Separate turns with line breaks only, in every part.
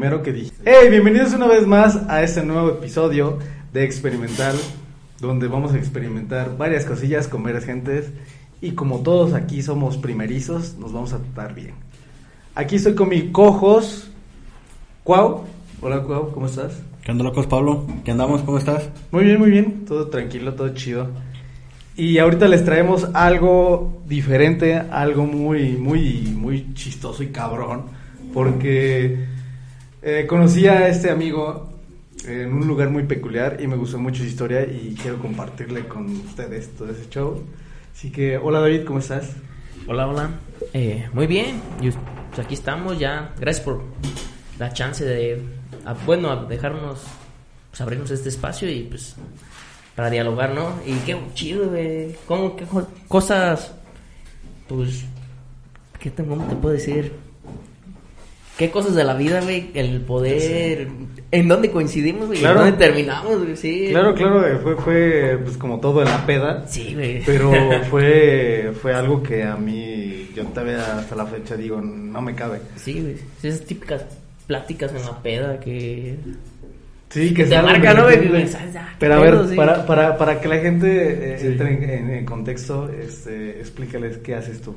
primero que dije. Hey, bienvenidos una vez más a este nuevo episodio de Experimental, donde vamos a experimentar varias cosillas con varias gentes. Y como todos aquí somos primerizos, nos vamos a tratar bien. Aquí estoy con mi cojos, Cuau. Hola, Cuau, ¿cómo estás?
¿Qué onda, locos, Pablo? ¿Qué andamos? ¿Cómo estás?
Muy bien, muy bien. Todo tranquilo, todo chido. Y ahorita les traemos algo diferente, algo muy, muy, muy chistoso y cabrón. Porque eh, conocí a este amigo en un lugar muy peculiar y me gustó mucho su historia y quiero compartirle con ustedes todo ese show. Así que, hola David, ¿cómo estás?
Hola, hola. Eh, muy bien, y us- pues aquí estamos ya. Gracias por la chance de, a- bueno, a dejarnos, pues abrirnos este espacio y pues para dialogar, ¿no? Y qué chido, güey. ¿Cómo, qué jo- cosas, pues, qué te, cómo te puedo decir? ¿Qué cosas de la vida, güey? El poder, ¿en dónde coincidimos, güey?
Claro.
¿En dónde terminamos, güey? Sí.
Claro, claro, eh, fue, fue pues como todo en la peda.
Sí, güey.
Pero fue, fue algo que a mí, yo todavía hasta la fecha digo, no me cabe.
Sí, güey. Sí, Esas típicas pláticas en la peda que...
Sí, que
Te
sea algo
marca, ¿no?
medible.
Güey, sabes, ah,
Pero a
qué pedo,
ver,
sí.
para, para, para que la gente eh,
Sí.
entre en, en- en contexto, este, explícales qué haces tú.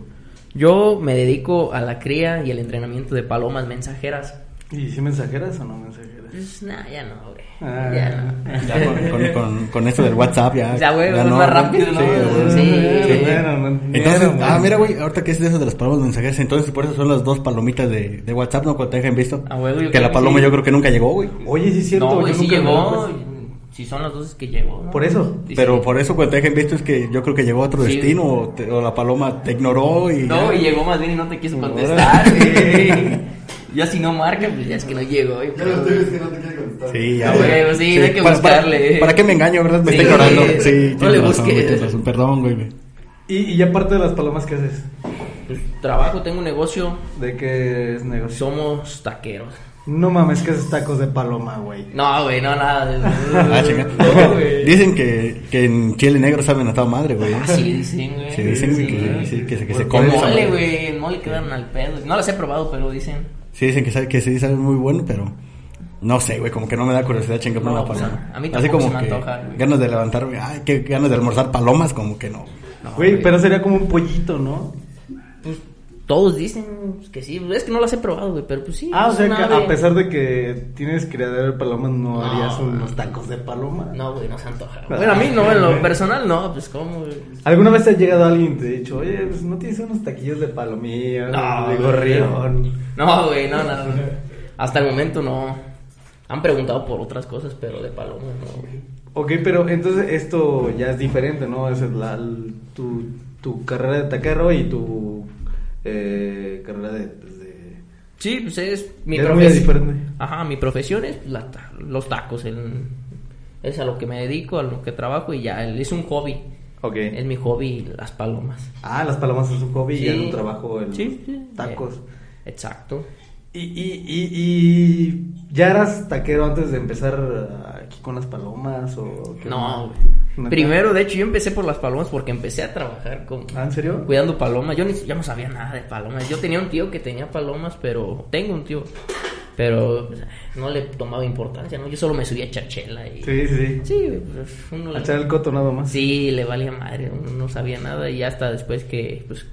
Yo me dedico a la cría y el entrenamiento de palomas mensajeras.
¿Y si mensajeras o no mensajeras?
Pues nah, ya no, güey.
Ah.
Ya no.
Ya con, con, con, con esto del WhatsApp, ya.
O sea, güey,
ya
más
Ah,
rápido, ¿no?
Sí, güey.
Sí.
Bueno, no
Entonces,
entendieron,
ah,
güey.
mira, güey, ahorita que es de eso de las palomas mensajeras, entonces por eso son las dos palomitas de, de WhatsApp, ¿no? Cuando te dejan visto.
Ah, güey, yo
que
creo
la
que
paloma
sí.
yo creo que nunca llegó, güey.
Oye, sí es cierto.
no,
yo
güey, sí
nunca me
llegó.
acuerdo.
Si son las dos que llegó. ¿no?
Por eso.
Dice-
Pero por eso cuando te dejan visto es que yo creo que llegó a otro
Sí.
destino o, te- o la paloma te ignoró y.
No,
ya.
y llegó más bien y no te quiso contestar, güey. Ya si no marca, pues ya es que no llegó. yo creo, güey.
Sí, ya,
Ah, güey, sí, hay que
Para- para-
buscarle.
Para, qué me engaño, verdad? Me
Sí,
está ignorando. Sí,
güey. No
tienes
le
razón, güey,
busques.
tienes razón. Perdón, güey.
Y, y aparte de las palomas, ¿qué haces?
Pues, trabajo, tengo un negocio.
¿De qué es negocio?
Somos taqueros.
No mames, que haces tacos de paloma, güey.
No, güey, no, nada.
Ah, chinga.
No, güey.
Dicen que, que en chile negro saben a toda madre, güey.
Ah, sí, dicen, güey.
Sí, dicen
Sí,
que,
güey.
sí, que se, que
Por
se
Con
come esa
mole,
madre.
güey. En mole quedaron al pedo. No las he probado, pero dicen.
Sí, dicen que, sabe, que sí sabe muy bueno, pero no sé, güey, como que no me da curiosidad chingarme
No,
una
pues,
paloma.
a mí
Así
tampoco
como
se me
que
antoja, güey.
ganas de levantarme, ay, qué ganas de almorzar palomas, como que no.
No,
Güey, pero sería como un pollito, ¿no?
Todos dicen que sí. Es que no las he probado, güey, pero pues sí.
Ah, o
es
sea
una
que
ave.
a pesar de que tienes criadero de palomas, no,
No,
harías unos tacos de paloma.
No, güey, no se antoja. Bueno, a mí no, en lo personal no, pues cómo, güey.
¿Alguna vez te ha llegado alguien y te ha dicho, oye, pues no tienes unos taquillos de palomilla, de
güey.
gorrión?
No, güey, no, no. no. Hasta el momento no. Han preguntado por otras cosas, pero de palomas no, güey.
Ok, pero entonces esto ya es diferente, ¿no? Esa es la, l- tu, tu carrera de taquero y tu eh, carrera de, de-
Sí, pues es mi
Es muy diferente.
profesión. Ajá, mi profesión es la ta- los tacos. el- es a lo que me dedico, a lo que trabajo y ya. el- Es un hobby.
Ok.
Es mi hobby, las palomas.
Ah, las palomas es un hobby y
Sí.
es un trabajo el
Sí, sí.
tacos.
Eh, Exacto.
Y, y, y, y ya eras taquero antes de empezar aquí con las palomas o... qué
No,
onda?
güey.
¿Neta?
Primero, de hecho, yo empecé por las palomas porque empecé a trabajar con
¿Ah, en serio?
cuidando palomas. Yo ni yo no sabía nada de palomas. Yo tenía un tío que tenía palomas, pero tengo un tío, pero pues, no le tomaba importancia, ¿no? Yo solo me subía a chachela y
Sí, sí, sí.
Sí, güey, pues, uno
A echar el coto nada más.
Sí, le valía madre, uno no sabía nada y hasta después que pues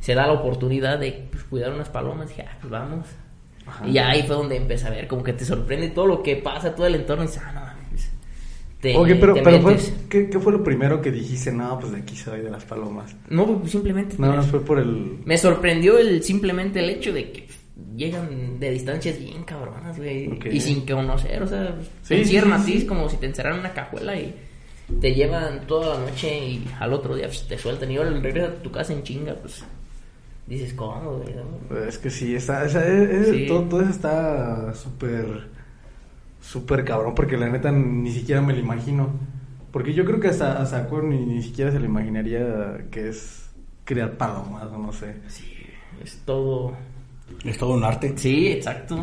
se da la oportunidad de pues, cuidar unas palomas, dije, ah, pues vamos.
Ajá.
Y ya ahí fue donde empecé a ver, como que te sorprende todo lo que pasa, todo el entorno y dices, ah, no mames. Te-
ok, pero,
te
pero fue-
metes.
¿qué, ¿qué fue lo primero que dijiste? No, pues de aquí soy de las palomas.
No, pues, simplemente.
No,
me-
no fue por el...
Me sorprendió el simplemente el hecho de que pf, llegan de distancias bien cabronas, güey.
Ok.
Y sin conocer, o sea,
Sí,
te
sí,
encierran
sí,
así,
sí.
es como si te encerraran en una cajuela y te llevan toda la noche y al otro día pues, te sueltan. Y ahora regresas a tu casa en chinga, pues dices, ¿cómo, güey? no?
Es que sí, está, o sea, es- es-
Sí.
eh, Todo, todo eso está súper, súper cabrón, porque la neta ni siquiera me lo imagino. Porque yo creo que hasta, hasta Cuerno ni, ni siquiera se le imaginaría que es crear palomas, o no sé.
Sí, es todo.
Es todo un arte.
Sí, exacto.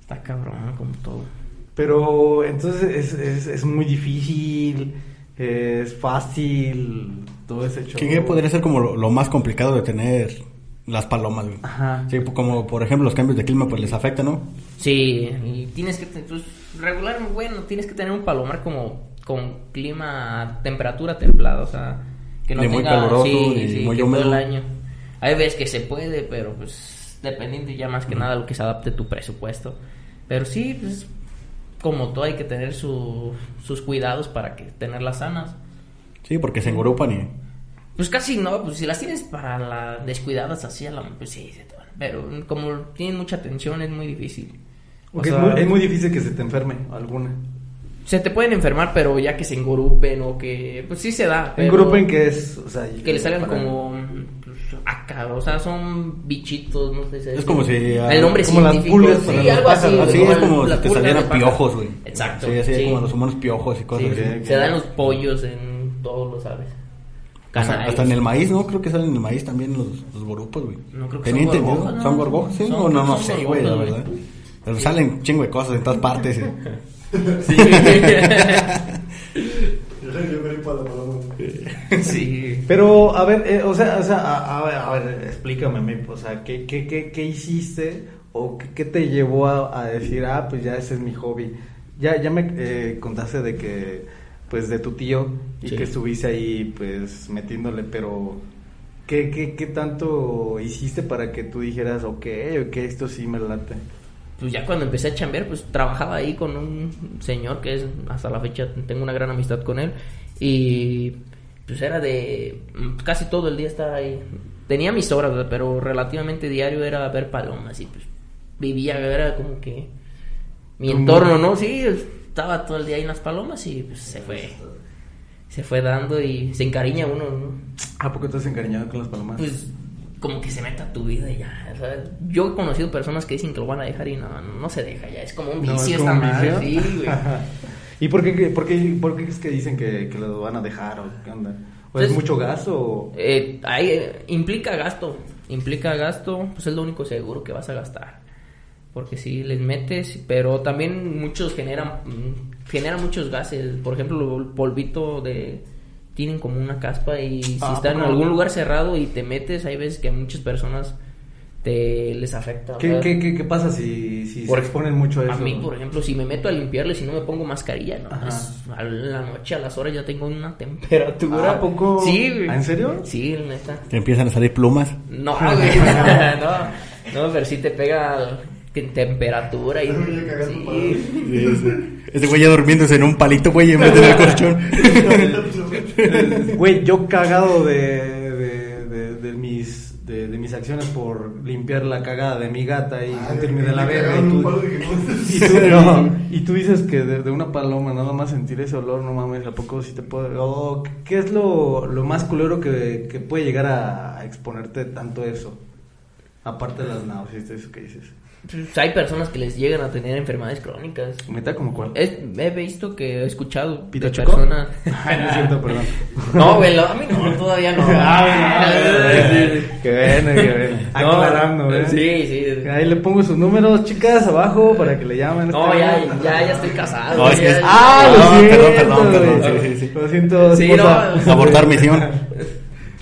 Está cabrón, como todo.
Pero entonces es, es, es muy difícil, es fácil, todo ese show.
¿Qué, qué podría ser como lo, lo más complicado de tener las palomas, güey.
Ajá.
Sí, como por ejemplo los cambios de clima pues les afecta, ¿no?
Sí, y tienes que, te- pues, regular, bueno, tienes que tener un palomar como con clima, temperatura templada, o sea, que no
Ni muy
tenga,
caluroso,
sí,
ni
sí,
muy
que todo
húmedo.
el año. Hay veces que se puede, pero pues dependiendo ya más que nada lo que se adapte a tu presupuesto. Pero sí, pues como todo hay que tener su- sus cuidados para que tenerlas sanas.
Sí, porque se engrupan y...
Pues casi no, pues si las tienes para la descuidadas así, a la, pues sí, se te van. pero como tienen mucha atención es muy difícil. O
Porque es,
sea,
muy, es muy difícil que se te enferme alguna.
Se te pueden enfermar, pero ya que se engrupen o que. Pues sí se da.
En
pero
grupo en que es, o sea, y-
Que le salgan
para-
como. pues, acá, o sea, son bichitos, no sé.
Es como si, ah,
El nombre
como las
científico,
pulgas
sí,
para los
algo así.
pájaros,
güey,
Así
como
es
el-
como
la
si te
pulga de
salieran
pájaro.
piojos, güey.
Exacto.
Sí, así
sí.
como los humanos piojos y
Sí,
cosas
sí.
así.
ok.
Se dan los pollos en todos los aves.
Hasta,
Canarios.
hasta en el maíz, ¿no? Creo que salen en el maíz también los, los gorupos, güey.
No, creo que
¿Tenía
son
entendido?
gorgojos, ¿no?
¿Son gorgojos? Sí,
Son-
no, no, no
son
sé, güey, la
gorgojos,
verdad.
güey.
Pero salen chingo de cosas en todas partes. eh.
Sí.
Yo me para la paloma.
sí.
Pero, a ver, eh, o sea, o sea a, a ver, a ver, explícame a mí, o sea, ¿qué, qué, qué, qué hiciste o qué, qué te llevó a, a decir, ah, pues ya ese es mi hobby? Ya, ya me eh, contaste de que, pues, de tu tío y
Sí.
que estuviste ahí, pues, metiéndole, pero ¿qué, qué, qué tanto hiciste para que tú dijeras, ok, ok, esto sí me late?
pues ya cuando empecé a chambear, pues trabajaba ahí con un señor que es hasta la fecha tengo una gran amistad con él y pues era de mm, casi todo el día estar ahí. Tenía mis horas, ¿verdad? pero relativamente diario era ver palomas y pues vivía, era como que mi
Tu
entorno,
mundo.
¿no? Sí, estaba todo el día ahí en las palomas y pues se fue. Se fue dando y se encariña uno, ¿no?
¿A poco estás encariñado con las palomas?
pues como que se meta a tu vida y ya. o sea, yo he conocido personas que dicen que lo van a dejar y no, no se deja ya. Es como un
No,
vicio
es
esta
como un
madre,
vicio.
sí, güey.
¿Y por qué, por, qué, por qué es que dicen que, que lo van a dejar o qué onda? ¿O es
Pues-
mucho gas o...?
Eh, ahí, eh, implica gasto, implica gasto, pues es lo único seguro que vas a gastar. Porque si les metes, pero también muchos generan mm, generan muchos gases. Por ejemplo, el polvito de tienen como una caspa y si
Ah,
está en
no.
algún lugar cerrado y te metes, hay veces que a muchas personas te les afecta.
¿Qué,
¿verdad?
qué, qué, qué pasa si, si
Por-
se exponen mucho a eso?
A mí, por ejemplo, si me meto a limpiarlo y si no me pongo mascarilla, no,
Ajá.
pues, a la noche, a las horas ya tengo una temperatura.
Ah, ¿A poco?
Sí, güey.
¿En serio?
Sí, neta.
Te empiezan a salir plumas.
No, güey. no, no, pero sí te pega en temperatura y.
Pero ya cagaste
sí.
para-
Ese güey ya durmiéndose en un palito, güey, en vez de en el colchón.
Güey, yo cagado de, de, de, de mis, de, de mis acciones por limpiar la cagada de mi gata y sentirme de la verga. Y tú, y, tú,
No.
y tú dices que de, de una paloma nada más sentir ese olor, no mames, ¿a poco si te puede...? oh, ¿Qué es lo, lo más culero que, que puede llegar a, a exponerte tanto eso? Aparte de las náuseas, eso que dices.
Pues, hay personas que les llegan a tener enfermedades crónicas.
¿Meta como cuál?
He, he visto que he escuchado
¿Pito
de
chico?
personas.
Ay, no es cierto, perdón. Ah,
No, güey, lo- a mí no, todavía no.
Qué bueno, qué bueno.
No,
Aclarando, ¿eh?
Sí, sí.
Ahí le pongo sus números, chicas, abajo para que le llamen.
No,
Este-
ya, ya, ya estoy casado.
No, es
ya-
que-
Ah, lo
Perdón,
siento.
perdón, perdón, perdón,
güey.
sí, sí, sí.
Lo siento,
Sí,
esposa.
no,
Abortar misión.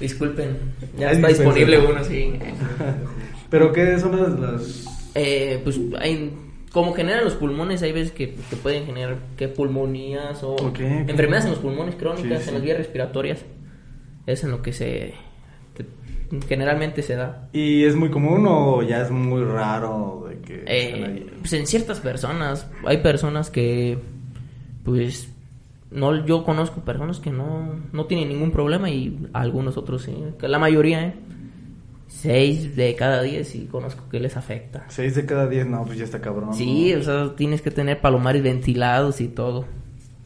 Disculpen, ya
Es
está
indispensable.
disponible uno, sí.
Pero qué son las, las-
Eh, pues hay, como generan los pulmones, hay veces que te pueden generar que pulmonías o
Ok, ok.
enfermedades en los pulmones crónicas,
Sí, sí.
en las vías respiratorias. Es en lo que se te- generalmente se da.
¿Y es muy común o ya es muy raro de que... estén
Eh,
ahí?
pues en ciertas personas, hay personas que, pues, no, yo conozco personas que no, no tienen ningún problema y algunos otros sí, que la mayoría, ¿eh? Seis de cada diez sí conozco que les afecta.
Seis de cada diez, no, pues ya está cabrón.
Sí,
¿no?
o sea, tienes que tener palomares ventilados y todo.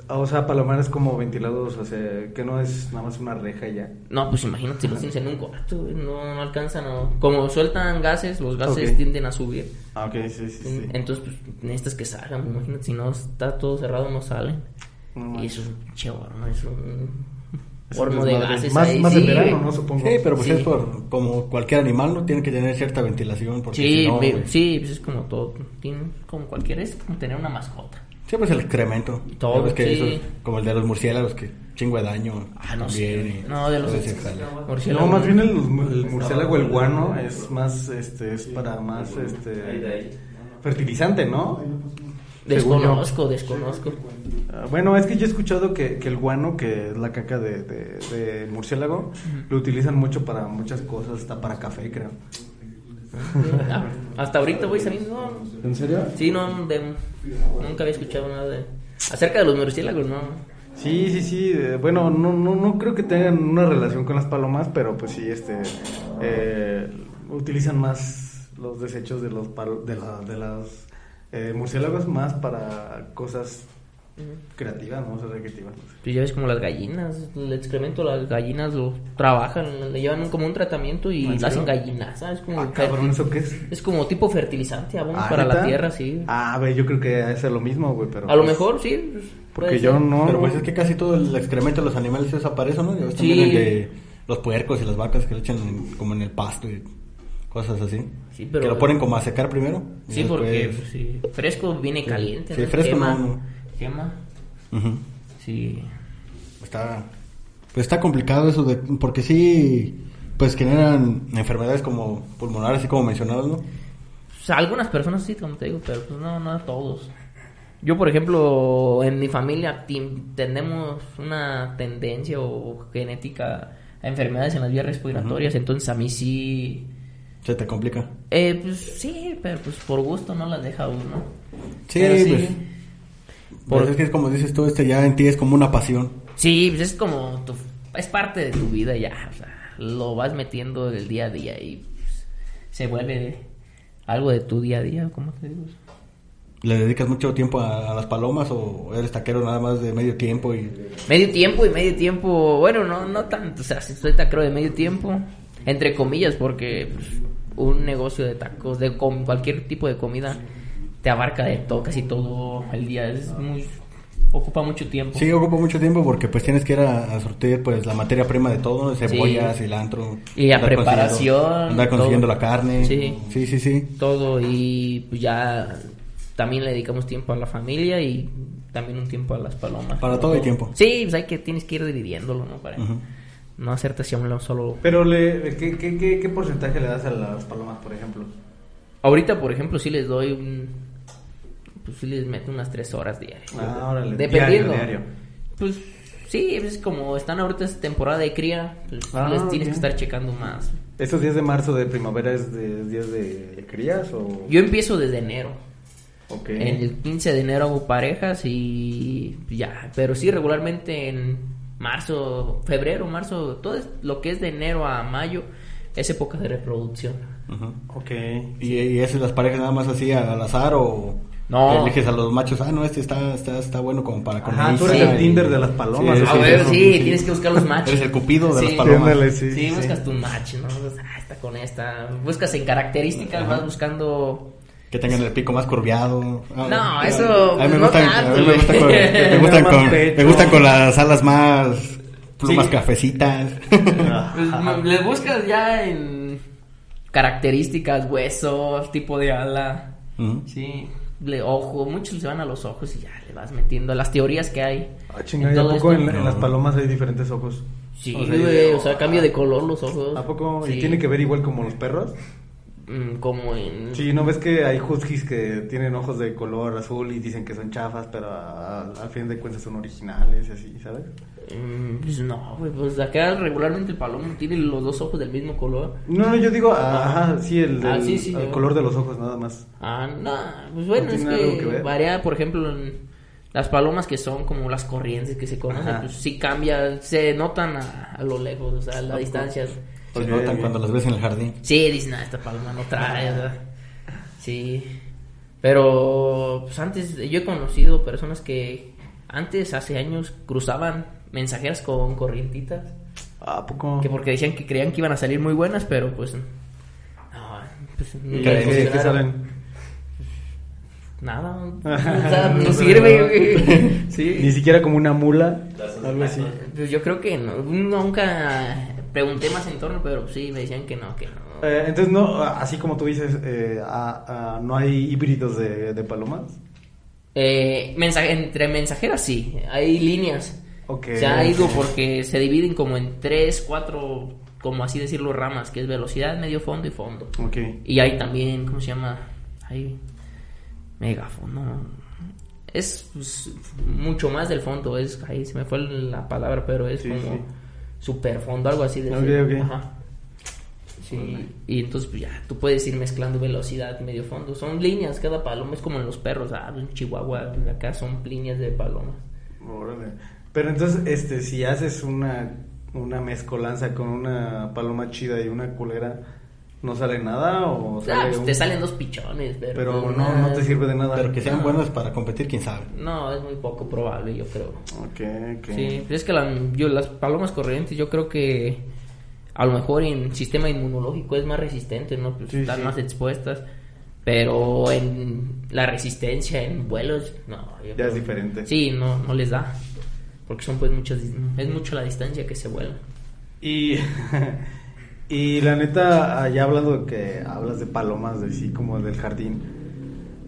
Ah, O sea, Palomar es como ventilados, o sea, que no es nada más una reja y ya.
No, pues imagínate si los tienes en un cuarto, güey, no, no alcanzan a... Como sueltan gases, los gases
Ok.
tienden a subir.
Ah, ok, sí, sí, sí.
Entonces, pues, necesitas que salgan, imagínate, si no está todo cerrado, no salen.
No
y
manches.
eso es un pinche horno, es un
Es un
horno de
desmadre.
gases
Más,
ahí,
más
sí,
en verano,
güey.
¿no? Supongo.
Sí, pero pues
Sí.
es por, como cualquier animal, ¿no? Tiene que tener cierta ventilación porque
Sí,
si no,
me-
güey.
sí, pues es como todo, tiene, como cualquier, es como tener una mascota.
Siempre es el excremento.
Todo,
Ya ves que
sí.
eso, como el de los murciélagos, que chingo de daño.
Ah, no
también, y
sé. No, de los
todo ese jale.
No,
murciélagos,
más
¿no?
bien el, el murciélago, el guano, es más, este, es para más, este, fertilizante, ¿no? Según yo.
Desconozco, desconozco.
Ah, Bueno, es que yo he escuchado que, que el guano, que es la caca de, de- de murciélago, lo utilizan mucho para muchas cosas, hasta para café, creo.
Ah, hasta ahorita voy sabiendo. no.
¿En serio?
Sí, no, de- nunca había escuchado nada de. Acerca de los murciélagos, no.
Sí, sí, sí. eh, Bueno, no, no, no creo que tengan una relación con las palomas, pero pues sí, este, eh, utilizan más los desechos de los pal- de, la- de las eh, murciélagos más para cosas creativas, no sé, recreativas. no sé.
Tú Pues ya ves como las gallinas, el excremento, las gallinas lo trabajan, le llevan un- como un tratamiento y
¿En
la hacen
serio?
gallinas, ¿sabes? Como
Ah,
fer-
cabrón, ¿eso qué es?
Es como tipo fertilizante, abono
Ah,
para la
¿neta?
tierra, sí.
Ah, güey, yo creo que es lo mismo, güey, pero...
A lo
pues,
mejor, sí. pues,
Porque
puede
yo
ser.
no...
Pero pues
no-
es que casi todo el excremento de los animales se desaparece, ¿no? Ya ves
Sí.
también el de los puercos y las vacas que lo echan en- como en el pasto y cosas así.
Sí, pero-
Que lo ponen como a secar primero. y
Sí, porque
después-
pues, sí, fresco viene caliente.
Sí, fresco
quema,
no, no.
Quema, pues,
Ujú.
sí.
Está, pues está complicado eso de, porque sí, pues generan enfermedades como pulmonares, así como mencionabas, ¿no?
O sea, Pues, algunas personas sí, como te digo, pero pues no, no a todos. Yo, por ejemplo, en mi familia tim- tenemos una tendencia o genética a enfermedades en las vías respiratorias, entonces a mí sí...
Se te complica.
Eh, pues sí, pero pues por gusto no las deja uno.
Sí,
Pero
pues,
Por-
pues es que es como dices tú, este ya en ti es como una pasión.
Sí, pues es como tu, es parte de tu vida ya, o sea, lo vas metiendo del día a día y pues, se vuelve algo de tu día a día, ¿cómo te digo?
¿Le dedicas mucho tiempo a, a las palomas o eres taquero nada más de medio tiempo y
Medio tiempo y medio tiempo, bueno, no no tanto, o sea, si estoy creo de medio tiempo, entre comillas, porque pues, un negocio de tacos, de com- cualquier tipo de comida, te abarca de todo, casi todo el día, es muy, ocupa mucho tiempo.
Sí, ocupa mucho tiempo porque pues tienes que ir a, a surtir pues la materia prima de todo, ¿no? cebolla,
Sí.
cilantro.
Y la
andar
preparación,
consiguiendo- Andar consiguiendo
todo.
la carne.
Sí.
Sí, sí, sí.
todo y pues ya también le dedicamos tiempo a la familia y también un tiempo a las palomas.
Para todo hay tiempo.
Sí, pues hay que tienes que ir dividiéndolo, ¿no? Para
Ujú.
no hacerte hacia un lado solo.
Pero le, ¿qué, qué, qué, qué porcentaje le das a las palomas, por ejemplo?
Ahorita, por ejemplo, sí les doy un pues sí les meto unas tres horas diarias.
Ah, órale.
Dependiendo.
Diario, diario.
Pues sí, es como están ahorita es temporada de cría, pues,
Ah,
les tienes
ok.
que estar checando más.
¿Estos días de marzo de primavera es de días de crías o...?
Yo empiezo desde enero.
Ok.
En el 15 de enero hago parejas y ya, pero sí regularmente en marzo, febrero, marzo, todo es- lo que es de enero a mayo es época de reproducción.
Ujú.
Ok.
¿Y, y esas las parejas nada más así al azar o
No.
te eliges a los machos? Ah, no, este está, está, está bueno como para
Ajá,
comer
tú
eres el
Tinder de las palomas,
Sí,
¿no?
Ah,
sí,
bueno,
sí,
sí,
sí.
tienes que buscar los matches.
Eres el cupido de las palomas.
Ándale,
Sí,
sí, sí.
buscas tu match, ¿no? Ah, está con esta. Buscas en características, vas buscando.
Que tengan el pico más curviado. Ah,
No,
ah,
eso,
pues,
A mí me
no
gustan,
tanto,
a mí me gustan con,
güey.
me gustan
Más
con-
pecho.
me gustan con las alas más plumas
Sí. Ah.
cafecitas.
Pues, le buscas ya en características, huesos, tipo de ala.
Ujú.
Sí, le, ojo, muchos se van a los ojos y ya le vas metiendo las teorías que hay.
Ah, chinga, ¿y
En
¿a
todo
poco
esto-
en, en las palomas hay diferentes ojos?
Sí,
O sea,
güey, o sea, cambia de color los ojos.
¿A poco?
Sí.
¿Y tiene que ver igual como los perros?
Mm, como en...
Sí, ¿no ves que hay huskies que tienen ojos de color azul y dicen que son chafas, pero al, al fin de cuentas son originales y así, ¿sabes?
Mm, pues no, güey, pues acá regularmente el palomo tiene los dos ojos del mismo color.
No, no, yo digo, ajá, sí, el,
Ah,
del-
sí, sí,
el
yo-
color de los ojos nada más.
Ah, no, pues bueno,
¿No
es
tiene
que,
algo que ver?
varía, por ejemplo, en las palomas que son como las corrientes que se conocen,
Ajá.
pues sí cambia, se notan a, a lo lejos, o sea, a la distancia.
Pues
Sí,
notan
bien.
cuando las ves en el jardín.
Sí, dicen, ah, esta paloma no trae, ¿verdad? Sí. Pero, pues antes, yo he conocido personas que antes, hace años, cruzaban mensajeras con corrientitas.
Ah, ¿A poco?
Que porque decían que creían que iban a salir muy buenas, pero pues. No, pues
¿Y
nunca
¿Qué, qué- qué
funcionaron.
salen?
Nada. o sea, no sirve, güey. Sí.
Ni siquiera como una mula, algo así.
Pues yo creo que no, nunca pregunté más en torno, pero sí me decían que no, que no.
Eh, entonces, no, así como tú dices, eh, ah, ah, ¿no hay híbridos de, de palomas?
Eh, mensaje- entre mensajeras sí, hay líneas.
Ok.
Se ha ido porque se dividen como en tres, cuatro, como así decirlo, ramas, que es velocidad, medio fondo y fondo.
Ok.
Y hay también, ¿cómo se llama? Hay megafono. Es pues, mucho más del fondo, es ahí se me fue la palabra, pero es
Sí,
como
sí.
superfondo, algo así de
Ok,
ese-
ok.
Ajá. Sí, y entonces pues, ya tú puedes ir mezclando velocidad, medio fondo. Son líneas, cada paloma es como en los perros. Ah, un chihuahua, acá son líneas de palomas.
Órale. Pero entonces, este, si haces una, una mezcolanza con una paloma chida y una culera, ¿no sale nada? O
Ah,
sale
pues,
un-
te salen dos pichones, pero.
Pero
pues,
no,
nada,
no te sirve de nada.
Pero que sean
No.
buenos para competir, quién sabe.
No, es muy poco probable, yo creo.
Ok, ok.
Sí, es que la- yo- las palomas corrientes yo creo que a lo mejor en sistema inmunológico es más resistente, ¿no? Pues
Sí,
están
sí.
más expuestas, pero en la resistencia en vuelos, no. yo
Ya
creo-
es diferente.
Sí, no, no les da, porque son pues muchas, dis- es mucho la distancia que se vuelan.
Y, y la neta, ya hablando de que hablas de palomas, de así como del jardín.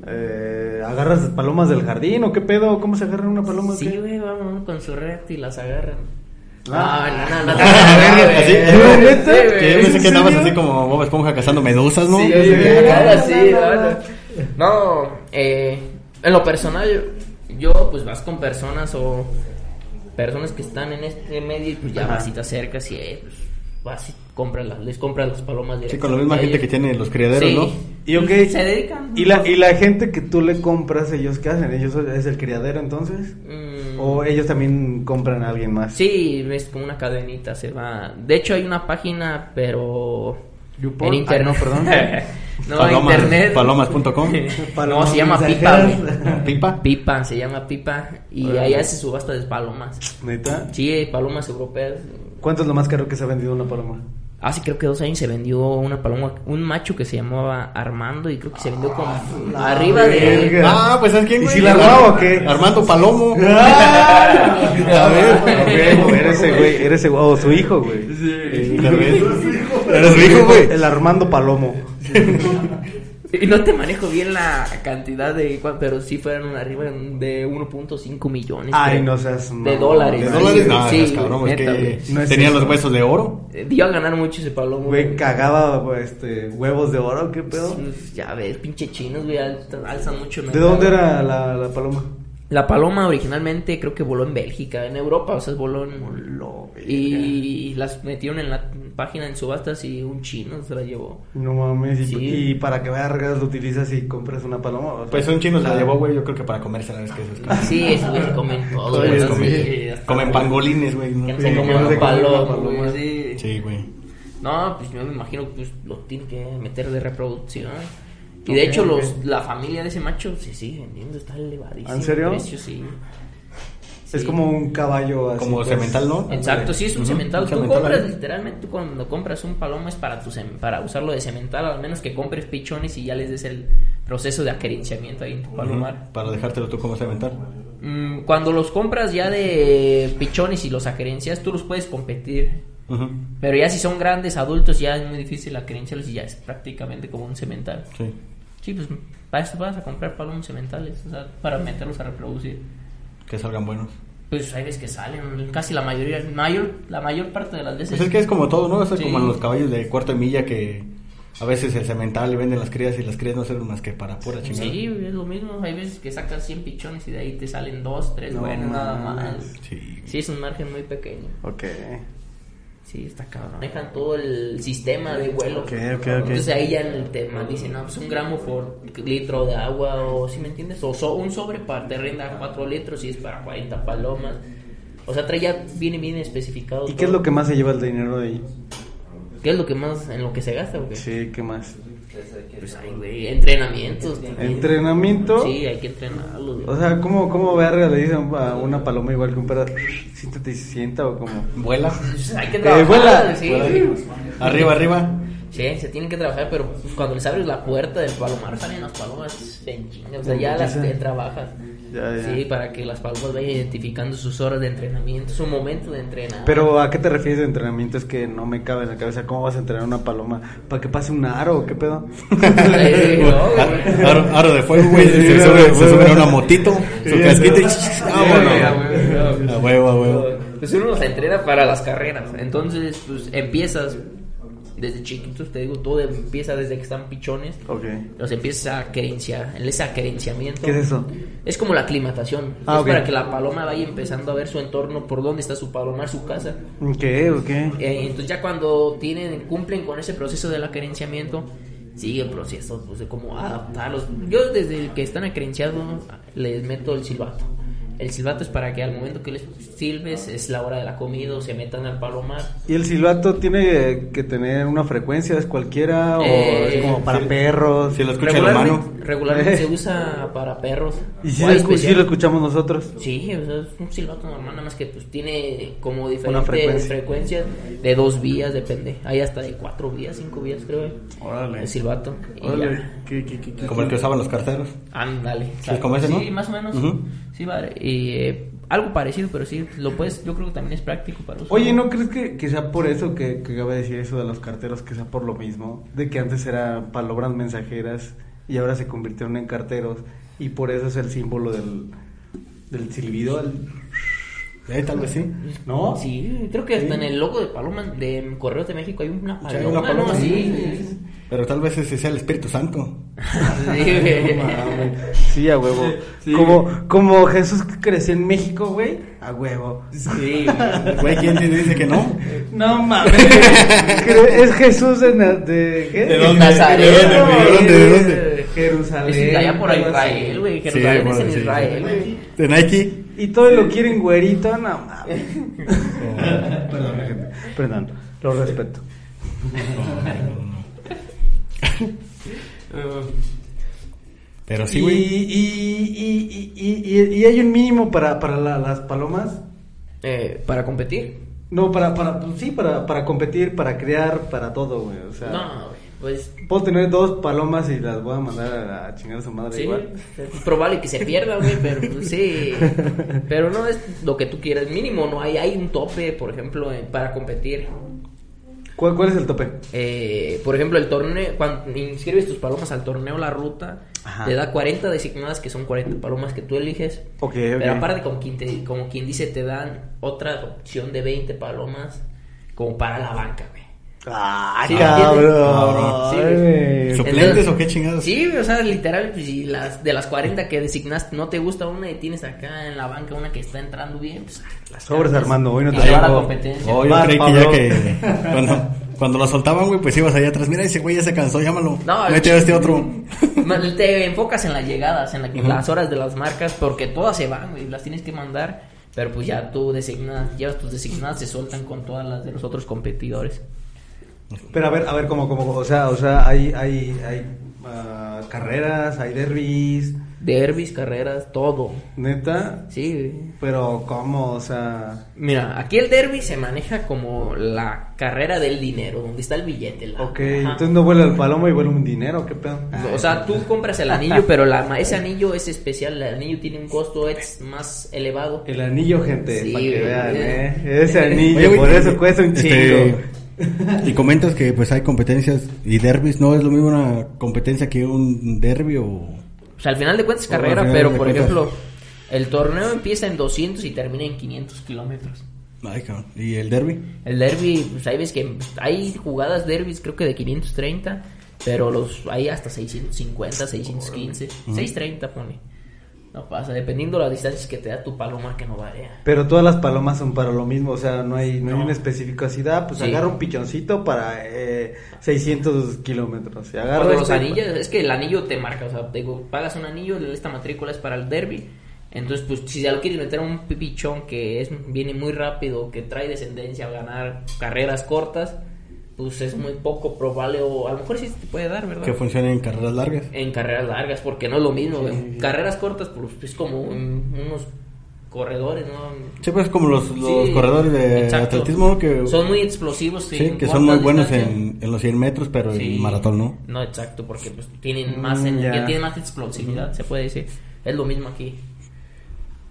eh, ¿Agarras palomas del jardín o qué pedo? ¿Cómo se agarra una paloma? o
Sí,
qué?
güey, vamos con su red y las agarran.
Ah.
Ah, no, no, no.
Ah, verga,
güey.
así.
¿Yo, neta?
Sí, güey.
Que yo pensé
¿En
que andabas
serio?
así como Bob Esponja cazando medusas, ¿no?
Sí,
Yo
sí,
sé,
claro.
acá.
ahora sí, ahora. No, eh, en lo personal, yo pues vas con personas o personas que están en este medio y pues ya
Ajá.
vas y te acercas y eh, pues, vas y compras las, les compras las palomas directamente.
Sí, con la misma
a
gente
ellos.
que tiene los criaderos,
Sí. Mm,
¿no?
Y ok.
Se dedican.
¿Y la, y la gente que tú le compras, ellos qué hacen? ¿Ellos es el criadero entonces?
Mm,
¿O ellos también compran a alguien más?
Sí, es como una cadenita, se va. De hecho, hay una página, pero.
¿YouPorn?
En internet.
Ah, no, perdón.
no,
Palomas-
internet.
palomas.com.
no,
Palomas
se llama Pipa,
mensajeras.
güey.
¿Pipa?
Pipa, se llama Pipa. Y
Órale.
ahí hace subasta de palomas.
¿Neta?
Sí, hay palomas europeas.
¿Cuánto es lo más caro que se ha vendido una paloma?
Hace creo que dos años se vendió una paloma, un macho que se llamaba Armando y creo que se vendió como arriba de...
Ah, verga.
Ah, pues ¿sabes quién,
¿Y
güey?
si la grabo o qué?
Armando Palomo.
Ah,
A
a
ver.
huevo, Eres ese güey, eres ese güey, o su hijo, güey.
Sí, tal vez. Eres su hijo, güey.
El Armando Palomo.
Y no te manejo bien la cantidad de... cuán- Pero sí fueron un arriba de 1.5 millones.
Ay,
creo.
no seas
De
mamón.
dólares.
¿De dólares? No,
Sí,
seas cabrón, es
neta,
que
güey.
No es
tenía
eso.
los huesos de oro.
Eh, Dio a ganar mucho ese paloma.
Güey, cagaba güey, este, huevos de oro, ¿qué pedo?
pues, Ya ves, pinche chinos, güey, alzan alzan mucho. el
¿De
mercado.
dónde era la, la paloma?
La paloma originalmente creo que voló en Bélgica, en Europa, o sea, voló en...
Voló, verga.
y las metieron en la página en subastas y un chino se la llevó.
No mames, y,
Sí.
y para que vergas lo utilizas y compras una paloma. O sea,
Pues un chino se la
ah,
llevó, güey, yo creo que para comerse la vez que eso es.
Sí, esos güeyes comen todo.
Comen,
¿verdad?
comen.
Sí, hasta-
Comen pangolines, güey. ¿no?
Que no
Sí,
se
que
comen
no
una
se comen una
paloma,
paloma.
güey, sí.
Sí, güey.
No, pues yo me imagino que pues, lo tienen que meter de reproducción. Y de
Ok,
hecho,
ok.
los, la familia de ese macho se sigue vendiendo, está elevadísimo.
¿Ah, ¿En serio?
el precio, sí.
Es
Sí.
como un caballo así.
Como
pues.
cemental, ¿no?
Exacto, sí, es un
Ujú,
cemental.
un
Tú
cemental,
compras,
ahí.
literalmente, tú cuando compras un palomo es para, tu cem- para usarlo de cemental, al menos que compres pichones y ya les des el proceso de acariciamiento ahí en tu palomar.
Ujú, Para dejártelo tú como cementar.
Mm, cuando los compras ya de pichones y los acerencias, tú los puedes competir.
Ujú,
Pero ya si son grandes adultos, ya es muy difícil acerenciarlos y ya es prácticamente como un cemental.
Sí.
Sí, pues para eso vas a comprar palomos cementales, o sea, para meterlos a reproducir.
Que salgan buenos.
Pues hay veces que salen, casi la mayoría, mayor, la mayor parte de las veces.
Pues es que es como todo, ¿no? Eso es
Sí.
como en los caballos de cuarto de milla que a veces el cemental le venden las crías y las crías no sirven más que para pura chingada.
Sí, es lo mismo. Hay veces que sacas 100 pichones y de ahí te salen 2, 3
No
buenos nada más.
mames.
Sí.
Sí, es un margen muy pequeño.
Ok.
Sí, está cabrón. Manejan todo el sistema de vuelo.
Ok, ok, ok.
Entonces ahí ya en el tema dicen, ah, pues un gramo por litro de agua o, si me entiendes? O so- un sobre para te rinda 4 litros y es para 40 palomas. O sea, trae ya viene bien especificado.
¿Y qué es lo que más se lleva el dinero de ahí?
¿Qué es lo que más en lo que se gasta? o qué?
Sí, ¿qué más?
Pues ay, güey, entrenamientos. también.
Entrenamiento.
Sí, hay que entrenarlos. güey.
O sea, ¿cómo, cómo verga le dicen a una paloma igual que un perro? Siéntate y se sienta o como.
Vuela.
Pues hay que
Eh,
trabajar,
vuela.
sí.
Arriba, arriba.
Sí, se tienen que trabajar, pero cuando les abres la puerta del palomar salen las palomas en chinga. O sea, ya las te trabajas.
Ya, ya.
Sí, para que las palomas vayan identificando sus horas de entrenamiento, su momento de entrenar.
Pero ¿a qué te refieres de entrenamiento? Es que no me cabe en la cabeza. ¿Cómo vas a entrenar una paloma? ¿Para que pase un aro? ¿Qué pedo?
Eh, no, güey.
Aro, aro de fuego, güey.
Sí,
Se
aro
sube,
de
se
fuego.
sube a una motito. Su
Sí,
casquita y
sí,
vámonos. ah, A huevo, a huevo.
Pues uno los entrena para las carreras. Entonces, pues empiezas desde chiquitos, te digo, todo empieza desde que están pichones.
Ok.
Los empiezas a creenciar, el ese acerenciamiento.
¿Qué es eso?
Es como la aclimatación.
Ah,
es
ok.
para que la paloma vaya empezando a ver su entorno, por dónde está su palomar, su casa.
¿Qué? ¿O qué?
Eh, entonces ya cuando tienen, cumplen con ese proceso del acerenciamiento, sigue el proceso pues, de cómo adaptarlos. Yo desde que están acerenciados les meto el silbato. El silbato es para que al momento que les silbes es la hora de la comida o se metan al palomar.
¿Y el silbato tiene que tener una frecuencia? ¿Es cualquiera? ¿O
Eh,
es como para
sí.
perros?
Sí, lo escucha el humano.
regularmente
Eh.
se usa para perros.
¿Y si
o
lo,
hay
escu- sí
especial.
lo escuchamos nosotros?
Sí, o sea, es un silbato normal, nada más que pues tiene como
Una
diferentes
frecuencia.
frecuencias de dos vías, depende. Hay hasta de cuatro vías, cinco vías creo. eh,
Órale.
El silbato. Y
Órale,
ya.
¿qué- qué- qué- qué-
Como el que usaban los carteros.
Ándale.
es como ese,
sí,
¿no?
más o menos.
Ujú.
Sí, padre. Y eh, algo parecido, pero sí, lo puedes, yo creo que también es práctico para usar.
Oye, ¿no crees que, que sea por eso que, que acaba de decir eso de los carteros, que sea por lo mismo? De que antes eran palabras mensajeras y ahora se convirtieron en carteros y por eso es el símbolo del, del silbido. el-
Eh, tal vez sí.
¿No?
Sí, creo que hasta
Sí.
en el logo de Paloma, de Correos Ah, de México, hay una
Sí,
paloma,
hay una paloma,
¿no?
sí,
Sí.
sí, sí. Pero tal vez ese sea el Espíritu Santo.
Sí, güey.
Sí, a huevo.
Sí.
Como, como Jesús que creció en México, güey. A huevo.
Sí,
Güey, ¿quién te dice que no?
No mames. es Jesús de... na- ¿De qué?
¿De dónde?
Nazaret,
¿De dónde?
No,
¿De dónde? ¿De dónde?
de Jerusalén.
Es allá por
algo así.
Israel, güey.
Sí,
Jerusalén es
bueno,
en
sí.
Israel, güey.
De Nike.
Y todo lo quieren güerito, no mames. Perdón, mi gente. Perdón, lo respeto.
Pero sí,
y,
güey.
y, y, y, y- y hay un mínimo para, para la- las palomas.
Eh, para competir.
No, para, para, pues sí, para, para competir, para crear, para todo, güey. O sea,
No, güey, pues
puedo tener dos palomas y las voy a mandar a, a chingar a su madre
sí,
igual.
es probable que se pierda, güey, pero pues, sí. Pero no es lo que tú quieras, mínimo, no hay, hay un tope, por ejemplo, eh, para competir.
¿Cuál, cuál es el tope?
Eh, por ejemplo, el torneo, cuando inscribes tus palomas al torneo La Ruta,
Ajá.
te da 40 designadas, que son 40 palomas que tú eliges.
Ok, ok.
Pero aparte, como quien, te- como quien dice, te dan otra opción de 20 palomas como para la banca, güey.
Ah,
Sí,
cabrón.
cabrón.
Sí,
Ay,
güey.
güey.
¿Suplentes o qué chingados?
Sí, o sea, literal, pues, si las, de las 40 que designaste no te gusta una y tienes acá en la banca una que está entrando bien, pues ah, las
Sobres,
cartas.
Armando, hoy no
Y
te
se va la
tengo.
competencia.
Oh, yo
Vas,
creí que
Pablo.
ya que. Cuando, cuando lo soltaban, güey, pues ibas allá atrás. Mira, ese güey ya se cansó, llámalo.
No,
Mete a este otro.
Oh.
Ma- Te enfocas en las llegadas, en la- las horas de las marcas, porque todas se van, güey, las tienes que mandar. Pero pues ya tú designas, ya tus designadas se soltan con todas las de los otros competidores.
Pero a ver, a ver, como, como, o sea, o sea, hay, hay, hay ah, carreras, hay derbis,
Derbis, carreras, todo.
neta,
Sí, güey.
pero cómo, o sea,
Mira, aquí el derby se maneja como la carrera del dinero, donde está el billete. la-
ok,
Ajá. Ah.
entonces no vuelve el palomo y vuelve un dinero, qué pedo.
Ah,
O sea, tú compras el anillo, pero la, ma- ese anillo es especial. El anillo tiene un costo ex- más elevado.
El anillo, gente,
Sí,
para que
güey.
vean, eh, ese anillo,
Oye, güey,
por eso
y-
cuesta un
este,
chingo.
Y comentas que pues hay competencias y derbis, ¿no es lo mismo una competencia que un derby o...?
O sea, al final de cuentas es
Bueno,
carrera,
al final
pero
de
por
cuentas.
ejemplo, el torneo empieza en 200 y termina en 500 kilómetros.
Ay, cabrón. ¿Y el derby?
El derby, pues ahí ves que hay jugadas derbis, creo que de 530, pero los hay hasta 650, 615, 630 pone. No pasa, dependiendo las distancias que te da tu paloma que no varía.
Pero todas las palomas son para lo mismo, o sea, no hay, no, hay una especificidad, pues
Sí.
agarra un pichoncito para eh, 600 kilómetros, y agarra
Cuando los
este-
anillos,
pues,
es que el anillo te marca, o sea, te digo, pagas un anillo, esta matrícula es para el derby. Entonces, pues, si ya lo quieres meter a un pipichón que es, viene muy rápido, que trae descendencia a ganar carreras cortas, pues es muy poco probable, o a lo mejor sí se te puede dar, ¿verdad?
Que funciona en carreras largas.
En carreras largas, porque no es lo mismo. güey. Carreras cortas, pues, es como un- unos corredores, ¿no?
Sí, pues como los, los
Sí,
corredores de
exacto.
atletismo ¿no? que
Son muy explosivos.
sí,
en
que
cortas
son muy buenos
distancias.
en, en los 100 metros, pero
Sí.
en maratón no.
No, exacto, porque pues, tienen
Mm,
más en-
ya.
ya tienen más explosividad, se puede decir. Es lo mismo aquí.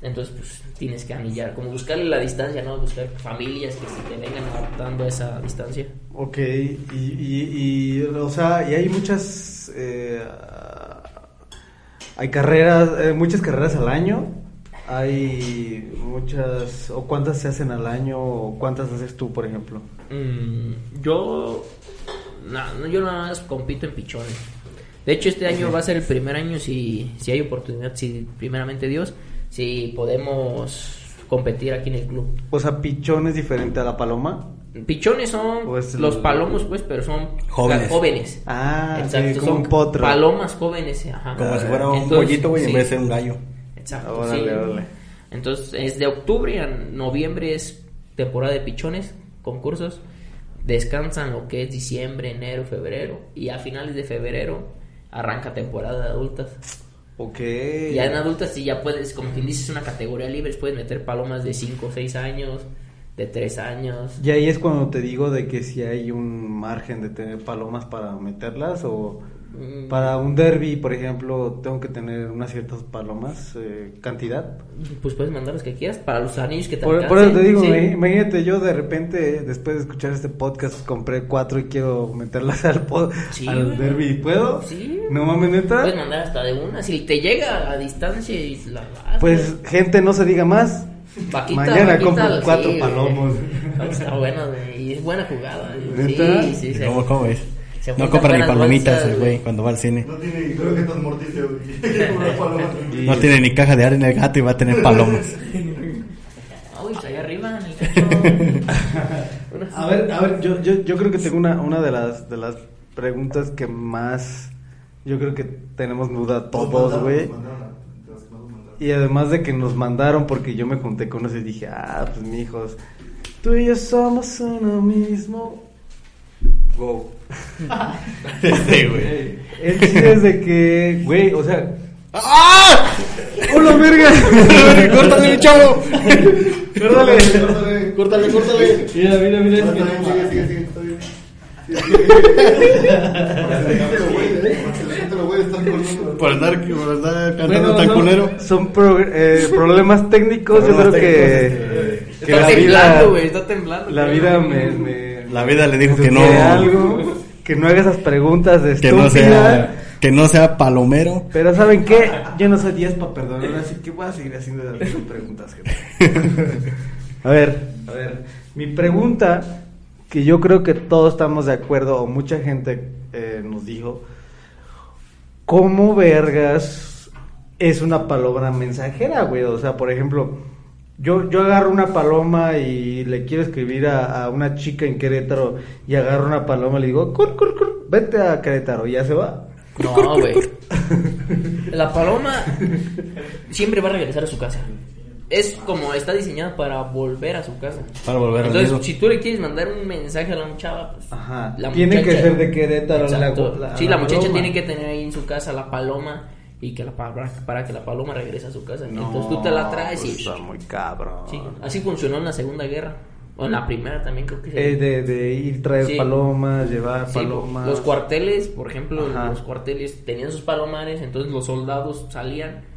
Entonces, pues tienes que anillar, como buscarle la distancia, ¿no? Buscar familias que se te vengan adaptando a esa distancia.
Ok, y, y, y, o sea, y hay muchas, eh, hay carreras, eh, muchas carreras al año, hay muchas, o cuántas se hacen al año, o cuántas haces tú, por ejemplo.
Mm, yo. na- no, yo nada más compito en pichones. De hecho, este año va a ser el primer año si, si hay oportunidad, si primeramente Dios, si podemos competir aquí en el club.
O sea, pichón es diferente a la paloma.
Pichones son
Pues,
los
el-
palomos, pues, pero son
Jóvenes.
jóvenes.
Ah,
Exacto,
sí, como
son
un potro.
palomas jóvenes, ajá.
Como si fuera un
Entonces,
pollito, güey, en
sí.
vez de ser un gallo.
Exacto,
Órale,
sí.
órale.
Entonces, es de octubre a noviembre es temporada de pichones, concursos. Descansan lo que es diciembre, enero, febrero. Y a finales de febrero arranca temporada de adultas.
Ok.
Ya en adultas sí ya puedes, como quien dices, una categoría libre. Puedes meter palomas de 5 o 6 años, de 3 años.
Y ahí es cuando te digo de que si hay un margen de tener palomas para meterlas o
Mm.
para un derby, por ejemplo, tengo que tener unas ciertas palomas, eh, cantidad.
Pues puedes mandar los que quieras para los anillos que te
Por, por
alcancen,
eso te digo,
sí.
eh, imagínate, yo de repente, después de escuchar este podcast, compré cuatro y quiero meterlas al, po-
Sí,
al
güey.
derby. ¿Puedo?
Sí.
No mames, neta.
Puedes mandar hasta de una. Si te llega a distancia y la vas.
Pues, gente, no se diga más.
Vaquita,
Mañana
vaquita,
compro
sí,
cuatro
güey.
palomos.
Está bueno, güey, y es buena jugada. güey.
¿Neta?
Sí, sí, sí.
¿Cómo, cómo es?
se
No
juntan
compra ni
buenas
palomitas,
bolsas,
el güey, cuando va al cine.
No tiene, creo que estás morticio, güey. Como una paloma.
Y-
No tiene ni caja de arena el gato y va a tener palomas.
Uy, está allá arriba en el techo.
A ver, a ver, yo, yo, yo creo que tengo una, una de las de las preguntas que más yo creo que tenemos duda todos, güey. Y además de que nos mandaron porque yo me junté con ellos y dije, ah, pues mijos, tú y yo somos uno mismo. Wow.
Sí, güey.
El chiste es de que, güey, o sea,
¡Ah!
hola verga.
¡Córtale, mi chavo!
Córtale.
Córtale, córtale.
Mira, mira, mira. es que
No, está
no
bien,
mames.
sigue, sigue, sigue, está bien. Sigue, ¿eh? sigue. Te lo voy a estar cortando.
Por andar, por andar cantando
Bueno,
tan
no,
culero.
Son pro- eh, problemas técnicos, yo creo
Problemas
que,
técnicos,
que
este, está
la vida,
temblando, güey. Está temblando.
la
creo.
vida me, me-
La vida le dijo
me
que no.
sugiere algo, que no haga esas preguntas de
Que no sea.
estúpida.
Que no sea palomero.
Pero ¿saben qué? Yo no soy 10 para perdonar, así que voy a seguir haciendo las mismas preguntas. gente. a ver, a ver, mi pregunta, que yo creo que todos estamos de acuerdo, o mucha gente eh, nos dijo, ¿cómo vergas es una paloma mensajera, güey? O sea, por ejemplo, yo, yo agarro una paloma y le quiero escribir a, a una chica en Querétaro y agarro una paloma y le digo, cur, cur, cur, vete a Querétaro, y ya se va.
No, güey. La paloma siempre va a regresar a su casa. Es como está diseñada para volver a su casa.
Para volver a
Entonces,
mismo.
si tú le quieres mandar un mensaje a la muchacha, pues,
Ajá.
la
Tiene que ser de Querétaro, la-
Exacto.
la-
sí,
la
la, muchacha
paloma.
tiene que tener ahí en su casa la paloma y que la pa- para, que la paloma regrese a su casa.
No,
Entonces tú te la traes y
pues, Está muy cabrón.
sí, así funcionó en la Segunda Guerra o en la Primera también creo que. se-
Eh, de, de ir traer
Sí.
palomas, llevar
Sí,
palomas.
Los cuarteles, por ejemplo,
Ajá.
los cuarteles tenían sus palomares, entonces los soldados salían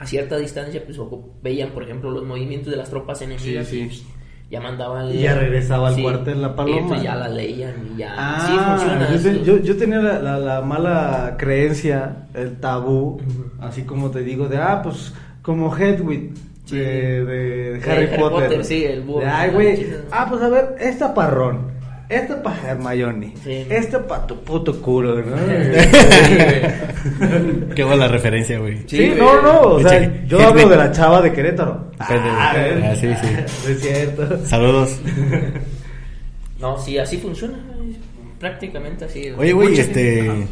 a cierta distancia, pues ocu- veían, por ejemplo, los movimientos de las tropas enemigas.
Sí,
y,
sí.
Ya mandaban.
Y ya regresaba al cuartel la paloma.
Y entonces ya la leían y ya.
Ah,
sí, funciona.
yo, te-
eso.
yo, yo tenía la, la- la mala creencia, el tabú, así como te digo, de ah, pues como Hedwig.
Sí.
De, de
De
Harry
Harry
Potter.
Potter, sí, el búho.
De, Ay, güey. Ah, pues a ver, esta parrón. Esta pa' Hermione.
Sí.
Esta pa' tu puto culo, ¿no?
Sí, güey.
Qué buena referencia, güey.
Sí,
Sí,
no,
güey.
no, o
Pinche
sea, yo
Hitler.
hablo de la chava de Querétaro.
Depende
eh.
de- ah, sí, sí.
Es cierto.
Saludos.
No, sí, así funciona. es Prácticamente así.
Oye, güey,
Mucha
este.
gente-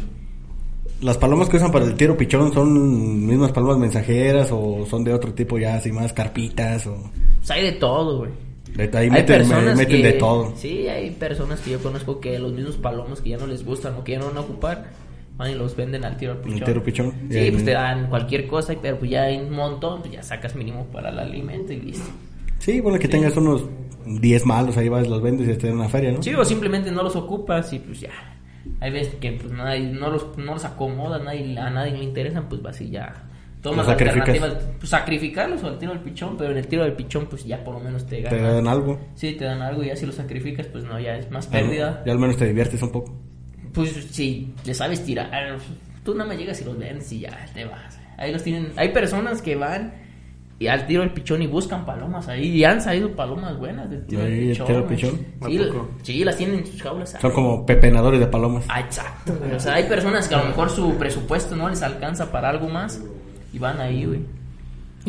Las palomas que usan para el tiro pichón son mismas palomas mensajeras o son de otro tipo ya, así más carpitas o.
Pues hay de todo, güey.
de- ahí meten, me- meten
que,
de todo.
Sí, hay personas que yo conozco que los mismos palomos que ya no les gustan o que ya no van a ocupar, Van y los venden al tiro pichón.
El tiro pichón.
Sí,
Y-
pues te dan cualquier cosa, pero pues ya hay un montón, pues ya sacas mínimo para el alimento y listo.
Sí, bueno, que tengas unos 10 malos, ahí vas, los vendes y te dan una feria, ¿no?
Sí, o simplemente no los ocupas y pues ya. Hay veces que pues nadie, no los, no los acomoda, nadie, a nadie le interesan, pues vas y ya. Tomas
Los sacrificas.
alternativas, pues sacrificarlos o al tiro del pichón, pero en el tiro del pichón pues ya por lo menos te
Te
ganan.
dan algo.
Sí, te dan algo y ya si lo sacrificas pues no, ya es más pérdida.
Ya al menos te diviertes un poco.
Pues si le sabes tirar, tú nada más llegas y los vendes y ya te vas. Ahí los tienen, hay personas que van y al tiro del pichón y buscan palomas ahí y han salido palomas buenas del tiro
Ahí,
del
el
pichón.
tiro del
güey.
pichón.
Sí,
¿A poco?
sí, las tienen en sus jaulas.
Son como pepenadores de palomas.
Ah, exacto, güey. O sea, hay personas que a lo mejor su presupuesto no les alcanza para algo más y van ahí, güey.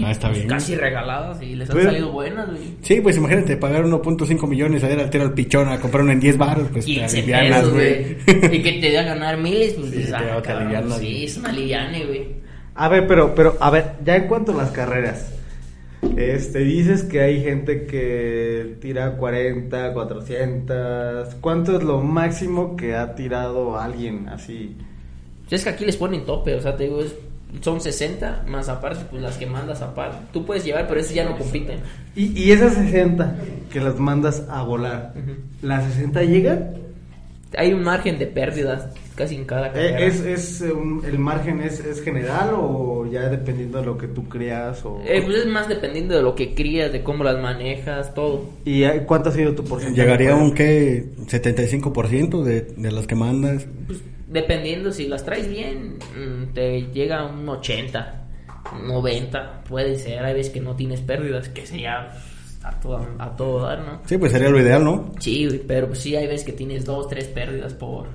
Ah, está bien.
Casi regaladas y les han
Pues,
Pero-
salido buenas, güey.
Sí, pues imagínate, pagar 1.5 millones a ir al tiro al pichón a comprar uno en 10 baros, pues te
15
alivianas,
pesos,
güey.
güey. y que te a ganar miles, pues
Sí,
dices,
te
ah,
va a te
cabrón,
alivianas,
sí,
güey.
es una liviane, güey.
A ver, pero, pero, a ver, ya en cuanto a las carreras, este, dices que hay gente que tira 40, 400, ¿cuánto es lo máximo que ha tirado alguien así?
Pues Es que aquí les ponen tope, o sea, te digo, es- son 60 más aparte, pues las que mandas aparte. Tú puedes llevar, pero esas ya no compiten.
Y, y esas 60 que las mandas a volar,
Ujú.
¿las 60 llegan?
Hay un margen de pérdidas casi en cada
Eh,
carrera.
¿Es, es, eh, un- ¿El margen es, es general o ya dependiendo de lo que tú creas? O...
Eh, pues es más dependiendo de lo que crías, de cómo las manejas, todo.
¿Y eh, cuánto ha sido tu porcentaje?
Llegaría a un que 75% de, de las que mandas.
Pues, dependiendo si las traes bien, mm, te llega a un 80, 90, puede ser, hay veces que no tienes pérdidas, que sería pues, a todo, a todo dar, ¿no?
Sí, pues sería lo ideal, ¿no?
Sí, güey, pero pues, sí hay veces que tienes dos, tres pérdidas por,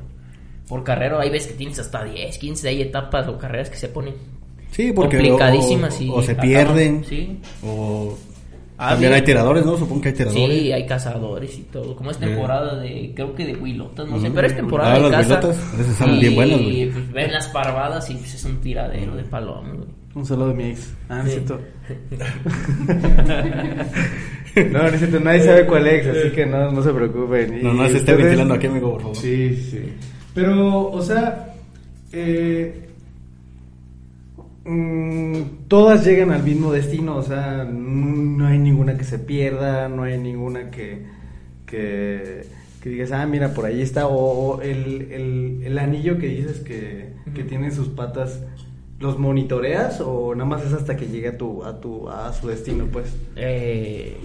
por carrera, hay veces que tienes hasta 10, 15, hay etapas o carreras que se ponen
Sí, porque o-
complicadísimas
o,
y
o se
acaban,
pierden.
Sí.
O
Ah,
también
sí.
hay tiradores, ¿no? Supongo que hay tiradores.
Sí, hay cazadores y todo. Como es temporada de, creo que de huilotas, no sé,
Mm.
pero es temporada
Ah,
de
las
caza.
huilotas, esas son bien buenas,
Y
güey.
pues, ven las parvadas y pues es un tiradero de palomas, güey.
Un saludo de mi ex. Ah, no es
Sí.
cierto. no, no es cierto, nadie sabe cuál ex, así que no, no se preocupen. Y
No, no se esté
ustedes-
ventilando aquí, amigo, por favor.
Sí, sí. Pero, o sea, eh, mm, todas llegan al mismo destino, o sea, n- no hay ninguna que se pierda, no hay ninguna que, que, que digas, ah, mira, por ahí está, o, o el, el- el anillo que dices que, que
Ujú.
tiene en sus patas. ¿Los monitoreas o nada más es hasta que llegue a tu, a tu, a su destino, pues?
Eh,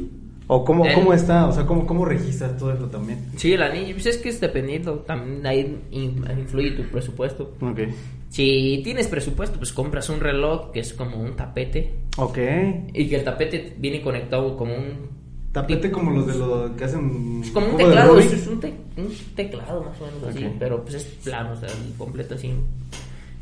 ¿O cómo,
El-
cómo está? O sea, ¿cómo, cómo registras todo eso también?
sí, el anillo, pues es que es dependiendo, también ahí in- influye tu presupuesto.
Ok.
Si tienes presupuesto, pues compras un reloj que es como un tapete
Ok.
y que el tapete viene conectado como un...
Tapete como los de los que hacen.
Es como un
cubo de
teclado,
Rubik.
es, es un, te- un teclado más o menos así,
Ok.
pero pues es plano, o sea, completo así.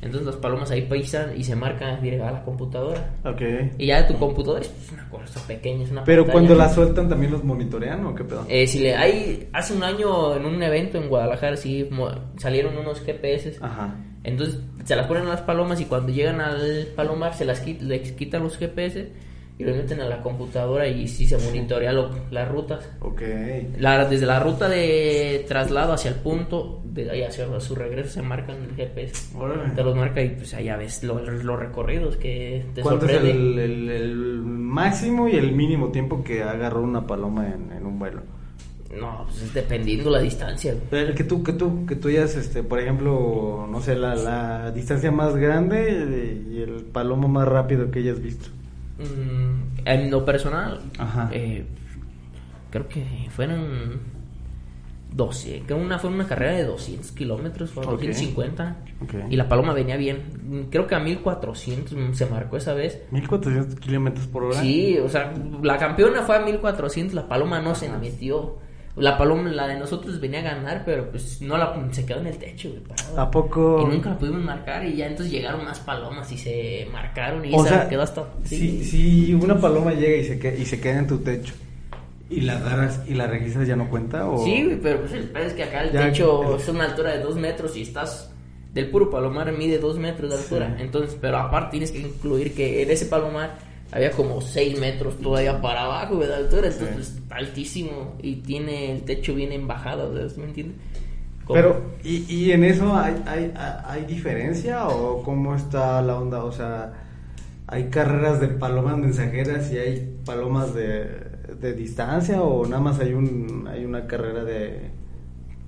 Entonces las palomas ahí pisan y se marcan directo a la computadora.
Ok.
Y ya tu computadora es pues, una cosa pequeña, es una
Pero
pantalla.
cuando la sueltan también los monitorean o qué pedo?
Eh, si le hay hace un año en un evento en Guadalajara sí mo- salieron unos GPS.
Ajá.
Entonces se las ponen a las palomas y cuando llegan al palomar se las quit- les quitan los GPS y los meten a la computadora y sí se monitorea lo- las rutas.
Ok.
La- desde la ruta de traslado hacia el punto, de ahí hacia su regreso, se marcan el GPS.
Órale.
Te los marca y pues allá ves lo- los recorridos que te
¿Cuánto es
sorprende.
el, el- el máximo y el mínimo tiempo que agarró una paloma en, en un vuelo?
No, pues es dependiendo la distancia. güey.
El que tú, que tú, que tú hayas, este, por ejemplo, no sé, la, la distancia más grande y el palomo más rápido que hayas visto.
Mm, en lo personal,
Ajá.
eh, creo que fueron 12. Creo una fue una carrera de 200 kilómetros, fue
Ok.
250.
Ok.
Y la paloma venía bien. Creo que a 1400 se marcó esa vez.
1400 kilómetros por hora.
Sí, o sea, la campeona fue a 1400, la paloma no se metió. La paloma, la de nosotros venía a ganar, pero pues no la se quedó en el techo, güey, parada.
¿A poco?
Y nunca la pudimos marcar y ya entonces llegaron más palomas y se marcaron y
O
esa
sea,
quedó hasta
si, si una paloma llega y se, que- y se queda en tu techo y la agarras y la registras, ¿ya no cuenta? O...
Sí, güey, pero pues el pedo es que acá el
Ya,
techo
el-
es una altura de dos metros y estás del puro palomar mide dos metros de altura.
Sí.
Entonces, pero aparte tienes que incluir que en ese palomar había como seis metros todavía para abajo güey, de altura, entonces pues, está altísimo y tiene el techo bien embajado, ¿me entiendes? ¿Cómo?
Pero, ¿y, y en eso hay, hay, hay diferencia o cómo está la onda? O sea, ¿hay carreras de palomas mensajeras y hay palomas de, de distancia o nada más hay, un, hay una carrera de...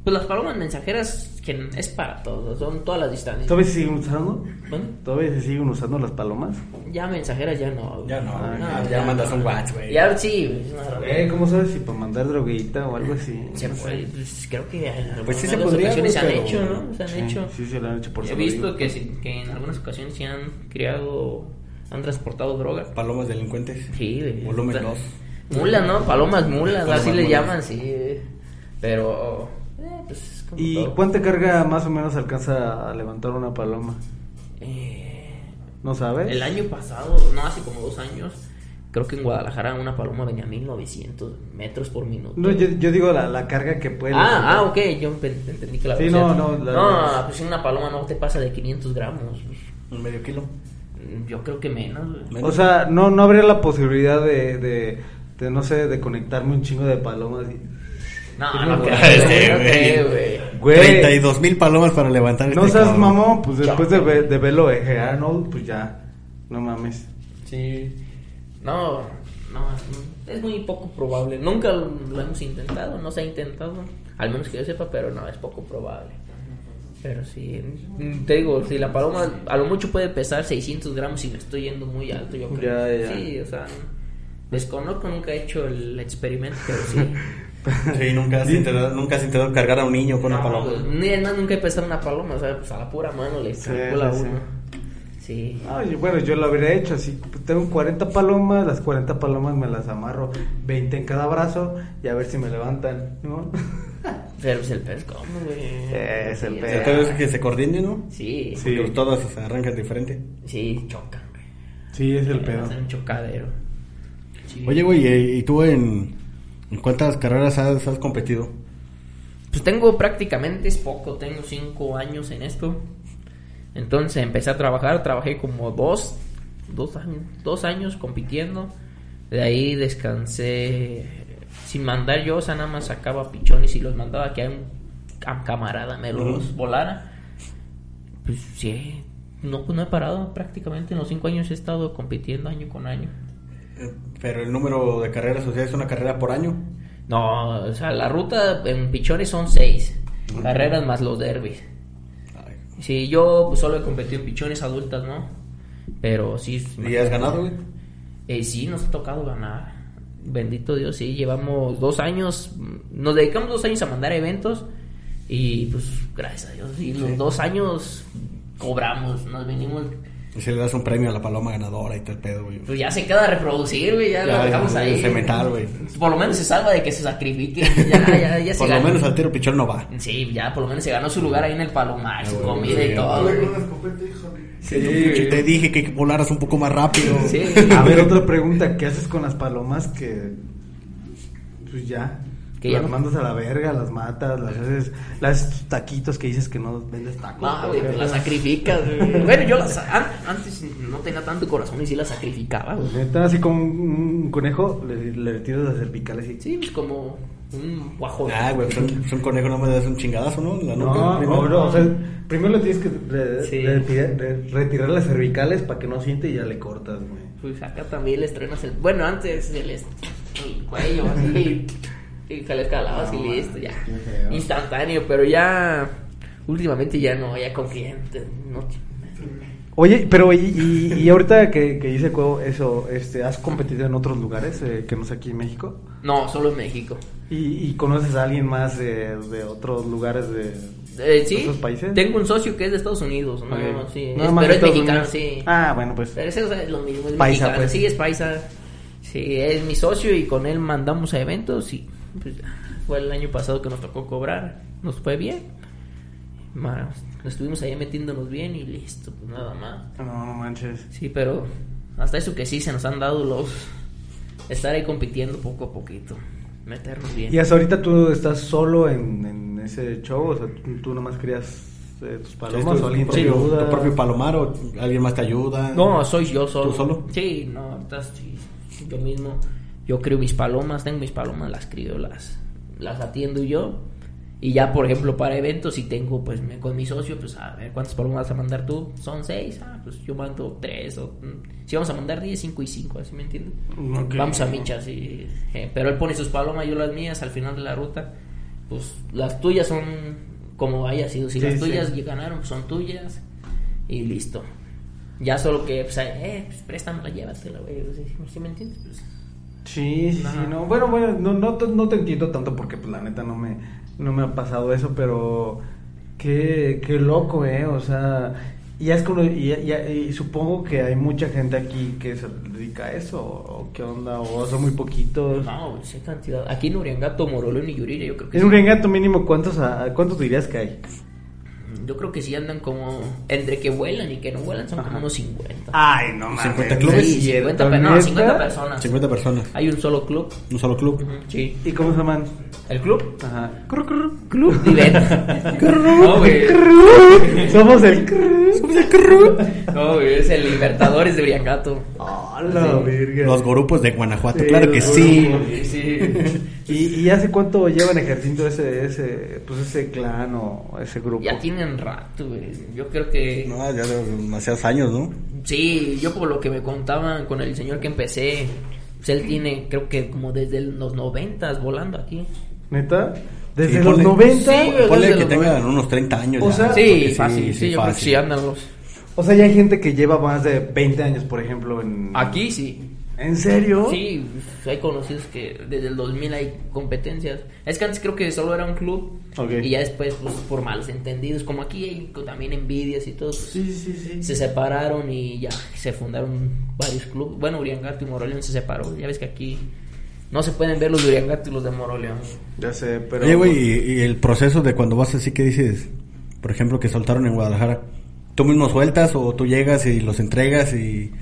Pues las palomas mensajeras que es para todos, son todas las distancias.
¿Todavía se siguen usando?
Bueno,
¿Todavía se siguen usando las palomas?
ya mensajeras ya no. güey.
Ya no,
Ah,
güey.
no,
ya,
ya.
mandas un WhatsApp, güey.
Ya sí, güey, es una droga.
Eh, ¿Cómo sabes si para mandar droguita o algo así?
Se puede, pues, creo que en algunas
se podría,
ocasiones se han
güey,
hecho,
pero-
¿no? Se han
Sí,
hecho.
Sí, se lo han hecho por
He
eso lo
visto
digo.
que, sí- que en algunas ocasiones se han criado, han transportado droga.
Palomas delincuentes.
Sí, güey.
Volumen
Está-
dos.
Mulas, ¿no? Palomas mulas,
Palomas
así le
mulas.
llaman, sí. güey. Pero, eh, pues, es como
¿Y
todo.
cuánta carga más o menos alcanza a levantar una paloma?
Eh,
¿No sabes?
El año pasado, no, hace como dos años, creo que en Guadalajara una paloma venía a 1900 metros por minuto.
No, yo, yo digo la, la carga que puede...
ah, ah, ok, yo empe- entendí que la
Sí,
velocidad-
no, no, la-
no, pues una paloma no te pasa de 500 gramos.
Un medio kilo.
Yo creo que menos. güey.
Menos.
O sea, no, no habría la posibilidad de, de, de, no sé, de conectarme un chingo de palomas. y-
No, no,
Sí,
creo,
este,
no
güey.
creo, güey.
Güey.
32 mil palomas para levantar
No
este
seas
cabrón.
mamón, pues después de,
Ya.
ve- de verlo eh, Arnold, pues ya, no mames.
Sí.
No, no, es muy poco probable. Nunca lo hemos intentado, no se ha intentado. Al menos que yo sepa, pero no, es poco probable. Pero sí, mm, te digo, si la paloma a lo mucho puede pesar 600 gramos y me estoy yendo muy alto, yo creo.
Ya, ya, ya.
Sí, o sea, desconozco, nunca he hecho el experimento, pero sí.
Sí, nunca has, intentado, nunca has intentado cargar a un niño con una
No,
paloma.
pues, ni- no, nunca he pesado una paloma, o sea, pues a la pura mano le
Sí,
calcula
sí, sí.
uno. Sí.
Ay, bueno, yo lo habría hecho así. pues, Tengo 40 palomas, las 40 palomas me las amarro 20 en cada brazo y a ver si me levantan, ¿no?
Pero pues el pez, ¿cómo, güey?
Es el
Sí,
pez.
El pedo es que se coordinen, ¿no?
Sí,
Sí.
Sí. Porque todas se arrancan diferente.
sí, chocan, güey.
Sí, es el
Va
pedo.
a ser un chocadero. Sí.
Oye, güey, ¿y- ¿y tú en, en cuántas carreras has, has competido?
Pues tengo prácticamente es poco, tengo cinco años en esto. Entonces empecé a trabajar, trabajé como dos, dos años, dos años compitiendo. De ahí descansé sin mandar yo, o sea, nada más sacaba pichones y los mandaba que a un cam- camarada me los
Ujú.
volara. Pues sí, no, no he parado prácticamente en los cinco años he estado compitiendo año con año.
Eh, Pero el número de carreras, o sea, es una carrera por año.
No, o sea, la ruta en pichones son seis carreras más los derbis.
Ay.
Sí, yo pues, solo he competido en pichones adultas, ¿no? Pero sí.
¿Y has ganado, güey?
Eh, sí, nos ha tocado ganar. Bendito Dios, sí, llevamos dos años, mm, nos dedicamos dos años a mandar eventos y pues gracias a Dios, y los dos años cobramos, nos venimos,
Y si le das un premio a la paloma ganadora y todo el pedo, güey.
pues ya se queda a reproducir, güey, ya, lo dejamos
ya,
ahí.
Cementar, güey.
Por lo menos se salva de que se sacrifique, ya, ya, ya se
Por lo
ganó.
menos al tiro pichón no va.
Sí, ya por lo menos se ganó su lugar ahí en el Palomar, su
güey,
comida y
sí,
todo.
Hablé
güey.
con una escopeta, hijo de-
Sí,
Yo te
güey.
dije que volaras un poco más rápido.
Sí.
A ver, otra pregunta. ¿Qué haces con las palomas que. Pues ya.
Que ya
las
no-
mandas a la verga, las matas, las haces. Las haces tus taquitos que dices que no vendes tacos.
No,
por
güey, pues
ejemplo.
la sacrificas, güey. Bueno, yo las, an- antes no tenía tanto corazón y sí la sacrificaba, güey.
Neta, así como un, un conejo, le, le retiras las cervicales y.
Sí, pues como un guajo.
Ah, güey, pues un, pues un conejo no me das un chingadazo, ¿no? La nuca,
No,
primero.
no, no, o sea, primero le tienes que re-
Sí.
retirar, re- retirar las cervicales para que no siente y ya le cortas, güey.
Pues acá también les estrenas el... Bueno, antes el, est- el cuello, así, y se les calabas y listo, ya.
qué feo.
Instantáneo, pero ya... Últimamente ya no, ya con clientes, no...
Oye, pero y, y- y ahorita que, que dice Cuevo eso, este, ¿has competido en otros lugares eh, que no sea aquí en México?
No, solo en México.
¿Y, y conoces a alguien más de, de otros lugares de,
Eh, sí,
otros países?
tengo un socio que es de Estados Unidos, no,
Ok.
sí,
Nada
es-
más
pero es
Estados
mexicano,
Unidos.
sí.
Ah, bueno, pues.
Pero ese o sea, es lo mismo, es
Paisa,
mexicano,
pues.
sí, es paisa. Sí, es mi socio y con él mandamos a eventos y pues, fue el año pasado que nos tocó cobrar, nos fue bien. Ma- nos estuvimos ahí metiéndonos bien y listo, pues nada más.
No, no manches.
Sí, pero hasta eso que sí, se nos han dado los... Estar ahí compitiendo poco a poquito, meternos bien.
¿Y hasta ahorita tú estás solo en, en ese show? O sea, tú, tú nomás querías eh, tus palomas
¿Es tu-
o alguien
tu
te
propio-
ayuda?
¿Tu propio palomar o alguien más te ayuda?
No, soy yo solo.
¿Tú solo?
Sí, no, ahorita sí, yo mismo. Yo crío mis palomas, tengo mis palomas, las crío, las, las atiendo yo. Y ya, por ejemplo, para eventos, si tengo, pues, me- con mi socio, pues, a ver, ¿cuántas palomas vas a mandar tú? Son seis, ah, pues, yo mando tres, o... mm, Si vamos a mandar diez, cinco y cinco, ¿así me entiendes?
Ok.
Vamos a michas, y... eh, pero él pone sus palomas, yo las mías, al final de la ruta, pues, las tuyas son como haya sido. Si
Sí,
las
sí.
tuyas ganaron, pues, son tuyas, y listo. Ya solo que, pues, eh, pues, préstamela, llévatela, güey, ¿sí, sí me entiendes? Pues...
Sí, sí,
Ajá.
sí, no. Bueno, bueno, no, no, te- no te entiendo tanto porque pues, la neta no me, no me ha pasado eso, pero qué, qué loco, ¿eh? O sea, y, has cono- y, y- y supongo que hay mucha gente aquí que se dedica a eso, o qué onda, o son muy poquitos.
No, güey, sí hay cantidad. Aquí en Uriangato, Moroleón y Yuriria, yo creo que
Pues, En un
sí.
rengato mínimo, ¿cuántos, a- ¿cuántos dirías que hay?
Yo creo que sí andan como. Entre que vuelan y que no vuelan son como
Ajá. Ah,
unos 50.
Ay, no mames.
50 clubes.
sí, 50, pero no, 50 personas.
50 personas.
Hay un solo club.
Un solo club.
Ujú, Sí.
¿Y cómo se llaman?
¿El club?
Ajá.
Club Diventa. no, güey.
Somos el crrr.
No, güey, es el Libertadores de Uriangato.
Ah, la verga.
Los grupos de Guanajuato,
Sí,
claro que
los
sí.
Sí, sí.
¿Y, y hace cuánto llevan ejerciendo ese, ese, pues ese clan o ese grupo?
Ya tienen rato, güey. Yo creo que.
No, ya de demasiados años, ¿no?
Sí, yo por lo que me contaban con el señor que empecé, pues él tiene, creo que como desde el- los noventas volando aquí.
¿Neta? ¿Desde
Sí,
los
ponle-
90?
Sí, güey.
Ponle
desde
que
los
tengan
nueve.
unos 30 años.
O
ya,
sea-
porque
Sí, fácil, sí, yo creo que sí andan los.
O sea, ya hay gente que lleva más de 20 años, por ejemplo, en...
Aquí sí.
¿En serio?
Sí, pues, hay conocidos que desde el 2000 hay competencias. Es que antes creo que solo era un club
Ok.
y ya después pues por malos entendidos, como aquí hay co- también envidias y todo, pues,
Sí, sí, sí.
se separaron y ya se fundaron varios clubes. Bueno, Uriangato y Moroleón se separó, ya ves que aquí no se pueden ver los de Uriangato y los de Moroleón.
Ya sé, pero...
Oye, güey, y, y el proceso de cuando vas así que dices, por ejemplo, que soltaron en Guadalajara, ¿tú mismo sueltas o tú llegas y los entregas y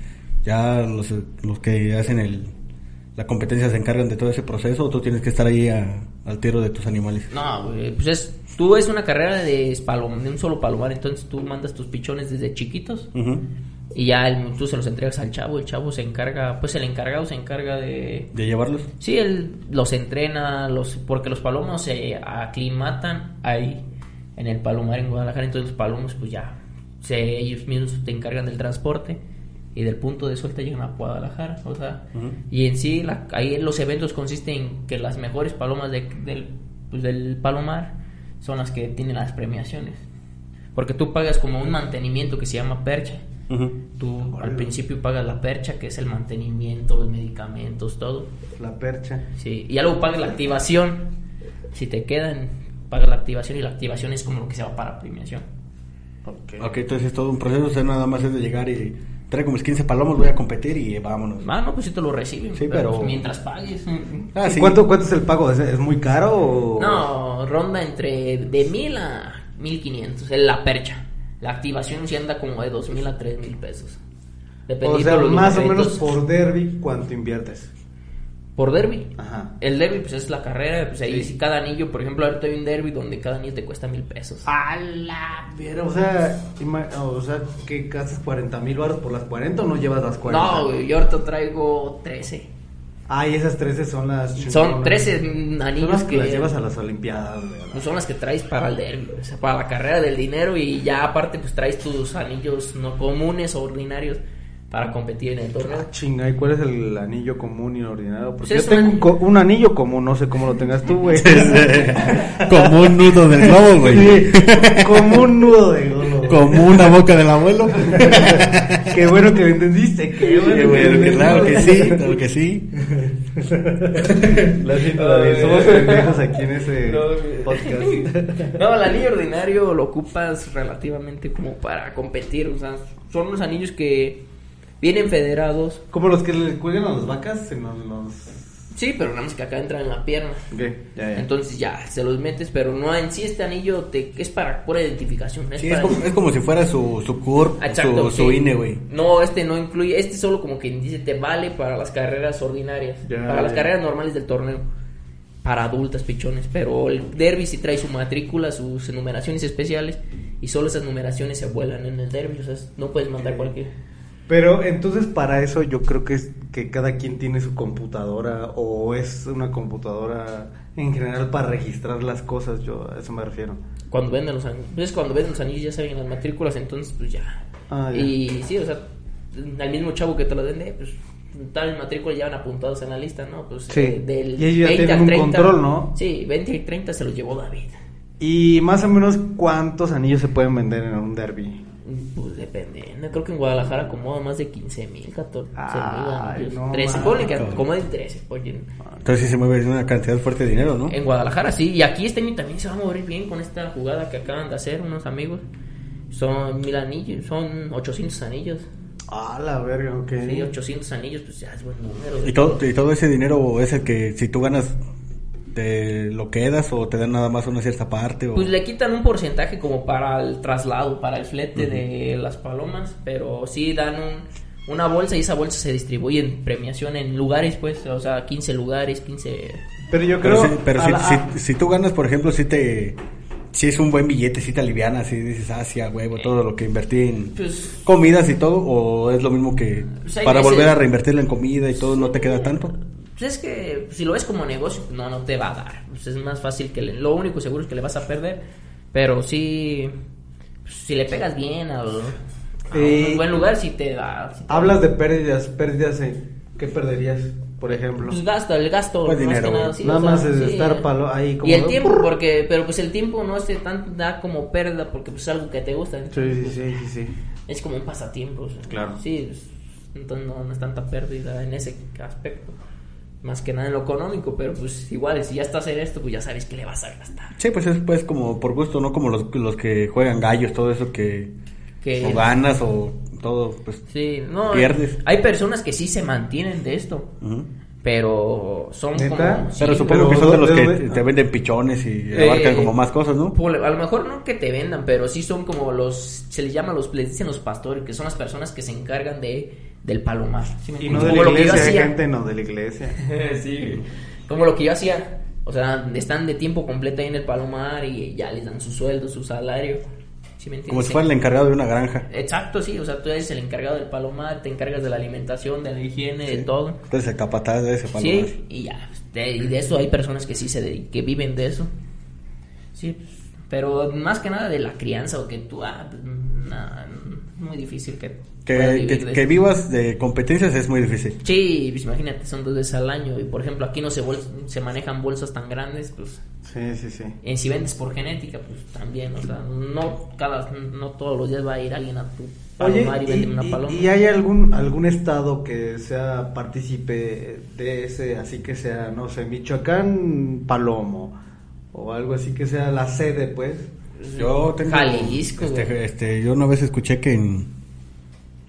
ya los, los que hacen el, la competencia se encargan de todo ese proceso o tú tienes que estar ahí a- al tiro de tus animales?
No, güey, pues es, tú es una carrera de, espalom- de un solo palomar, entonces tú mandas tus pichones desde chiquitos
Ujú.
y ya el- tú se los entregas al chavo, el chavo se encarga, pues el encargado se encarga de...
¿De llevarlos?
Sí, él los entrena, los porque los palomos se aclimatan ahí en el palomar en Guadalajara, entonces los palomos pues ya se, ellos mismos te encargan del transporte y del punto de suelta llegan a Guadalajara, o sea, y en sí la- ahí los eventos consisten en que las mejores palomas de- del, pues, del palomar son las que tienen las premiaciones, porque tú pagas como un mantenimiento que se llama percha.
Ujú.
Tú al principio pagas la percha, que es el mantenimiento, los medicamentos, todo.
La percha.
Sí, y ya luego pagas la activación. Si te quedan, pagas la activación y la activación es como lo que se va para premiación.
Ok, entonces es todo un proceso, o sea, nada más es de llegar y traigo mis 15 palomos, voy a competir y vámonos.
Ah, no, pues si te lo reciben.
Sí, pero-
pues, mientras pagues.
Ah,
¿Y
sí.
cuánto, cuánto es el pago? ¿Es, es muy caro o...?
No, ronda entre de mil a mil quinientos. es La percha. La activación sí anda como de dos mil a tres mil pesos.
O
Dependiendo
sea,
de los
más o menos
numeritos.
por derby, ¿cuánto inviertes?
Por derby.
Ajá.
El derby, pues es la carrera. Pues ahí sí cada anillo, por ejemplo, ahorita hay un derby donde cada anillo te cuesta mil pesos.
A
Ah,
la verga, o sea, ima- o sea, que gastas 40 mil baros por las 40 o no llevas las 40?
no, güey, yo ahorita traigo 13.
Ah, y esas 13 son las
Son
chingonas.
mm,
13
Son
anillos
las
que
que las llevas a las Olimpiadas, güey, ¿verdad?
pues, son las que traes para el derbi, o sea, para la carrera del dinero y ya aparte pues traes tus anillos no comunes o ordinarios para competir en el torneo.
Ah, chinga, ¿y cuál es el anillo común y ordinario? Porque
Pues es
yo tengo
un
un, co- un anillo común, no sé cómo lo tengas tú, güey.
Como un nudo del globo, güey.
Sí, como un nudo de globo. güey.
Como una boca del abuelo.
Qué bueno que lo entendiste, qué bueno.
Qué
que
bueno,
lo
que claro que sí,
entendiste.
claro que sí.
Lo siento, David, somos pendejos aquí en ese
No, güey.
podcast.
No, el anillo ordinario lo ocupas relativamente como para competir, o sea, son los anillos que vienen federados.
Como los que le cuelgan a las vacas en los... los-
Sí, pero nada más que acá entran en la pierna.
Ok, ya, ya.
Entonces ya se los metes, pero no en sí este anillo te es para pura identificación, es
Sí, es
para
como, es como si fuera su, su CURP,
Exacto,
su, su
sí.
INE, güey.
No, este no incluye, este solo como que dice te vale para las carreras ordinarias,
Ya,
para las
ya.
carreras normales del torneo, para adultas, pichones, pero el derby sí trae su matrícula, sus numeraciones especiales y solo esas numeraciones se vuelan en el derby, o sea, es- no puedes mandar cualquier.
Pero entonces para eso yo creo que es que cada quien tiene su computadora o es una computadora en general para registrar las cosas, yo a eso me refiero.
Cuando venden los anillos. Entonces, cuando venden los anillos, ya saben las matrículas, entonces, pues ya.
Ah, ya.
Y sí, o sea, al mismo chavo que te lo vende, pues tal matrícula ya van apuntados en la lista, ¿no? Pues
Sí.
eh, del
Y ellos ya
20
tienen
al
un
30.
control, ¿no?
Sí, 20 y 30 se los llevó David.
Y más o menos cuántos anillos se pueden vender en un derby.
Pues depende. No creo que en Guadalajara acomoda más de 15 mil, 14 mil.
Ay, no
13,
mames. Ah.
ponle que acomoden 13. Porque
Entonces sí se mueve una cantidad fuerte de dinero, ¿no?
en Guadalajara sí. Y aquí este año también se va a mover bien con esta jugada que acaban de hacer unos amigos. Son mil anillos, son 800 anillos.
Ah, la verga, ok.
Sí, 800 anillos, pues ya es buen número.
Y todo, y todo ese dinero es el que si tú ganas, te lo quedas o te dan nada más una cierta parte. O...
Pues le quitan un porcentaje como para el traslado, para el flete de las palomas, pero sí dan un- una bolsa y esa bolsa se distribuye en premiación en lugares, pues, o sea, 15 lugares, 15...
Pero yo creo
Pero, sí- pero
a
si,
la- a-
si- si tú ganas, por ejemplo, si te... Si es un buen billete, si te alivianas, si dices, ah, sí, a
Eh.
huevo, todo lo que invertí en
Pues,
comidas y todo, o es lo mismo que
Pues hay
para
veces-
volver a reinvertirlo en comida y todo, no te queda tanto.
pues es que si lo ves como negocio, no, no te va a dar. Pues es más fácil que... le- lo único seguro es que le vas a perder, pero sí... pues, si le pegas bien al- a,
Eh,
un buen lugar, sí te da... sí te-
hablas de pérdidas, pérdidas en ¿qué perderías, por ejemplo?
Pues gasto, el gasto.
Pues
más
dinero,
que
güey.
sí,
Nada
o sea,
más es
sí.
estar palo- ahí como-
Y el tiempo, porque, pero pues el tiempo no se tan, da como pérdida porque pues es algo que te gusta.
Sí,
entonces,
sí, sí,
pues,
sí, sí.
Es como un pasatiempo. o sea,
Claro.
Sí, pues, entonces no, no es tanta pérdida en ese aspecto. Más que nada en lo económico, pero pues igual, si ya estás en esto, pues ya sabes que le vas a gastar.
Sí, pues es pues como por gusto, ¿no? Como los, los que juegan gallos, todo eso que...
Que-
O ganas o todo, pues...
Sí, no.
Pierdes.
Hay personas que sí se mantienen de esto,
ujú.
pero son
¿Neta?
como. sí,
Pero
pero
supongo que son de los
¿de
que
dónde?
te venden pichones y
Eh,
abarcan como más cosas, ¿no?
Pues, A lo mejor no que te vendan, pero sí son como los. Se les llama los. Les dicen los pastores, que son las personas que se encargan de del palomar. ¿sí me
Y no
entiendes?
de
Como
la
lo que yo
iglesia, hay
hacía.
gente no de la iglesia.
Sí. Como lo que yo hacía. O sea, están de tiempo completo ahí en el palomar y ya les dan su sueldo, su salario. ¿sí me entiendes?
Como si fuera el encargado de una granja.
Exacto, sí. O sea, tú eres el encargado del palomar, te encargas de la alimentación, de la higiene, de todo.
Entonces el capataz de ese palo.
Sí, y ya. De, y de eso hay personas que sí se dedican, que viven de eso. Sí, pues, pero más que nada de la crianza o que tú, ah, pues, nah, muy difícil que, puedas
Que,
vivir
que-
de
que
eso.
vivas de competencias es muy difícil.
Sí, pues, imagínate, son dos veces al año y por ejemplo aquí no se bol- se manejan bolsas tan grandes, pues
Sí, sí, sí.
eh, si vendes por genética, pues también, o sea, no cada no todos los días va a ir alguien a tu
Oye,
palomar y,
y,
vender una
y-
paloma.
y hay algún algún estado que sea partícipe de ese, así que sea, no sé, Michoacán, Palomo, o algo así que sea la sede, pues?
Yo tengo.
Jalisco, güey.
Este, este, yo una vez escuché que en.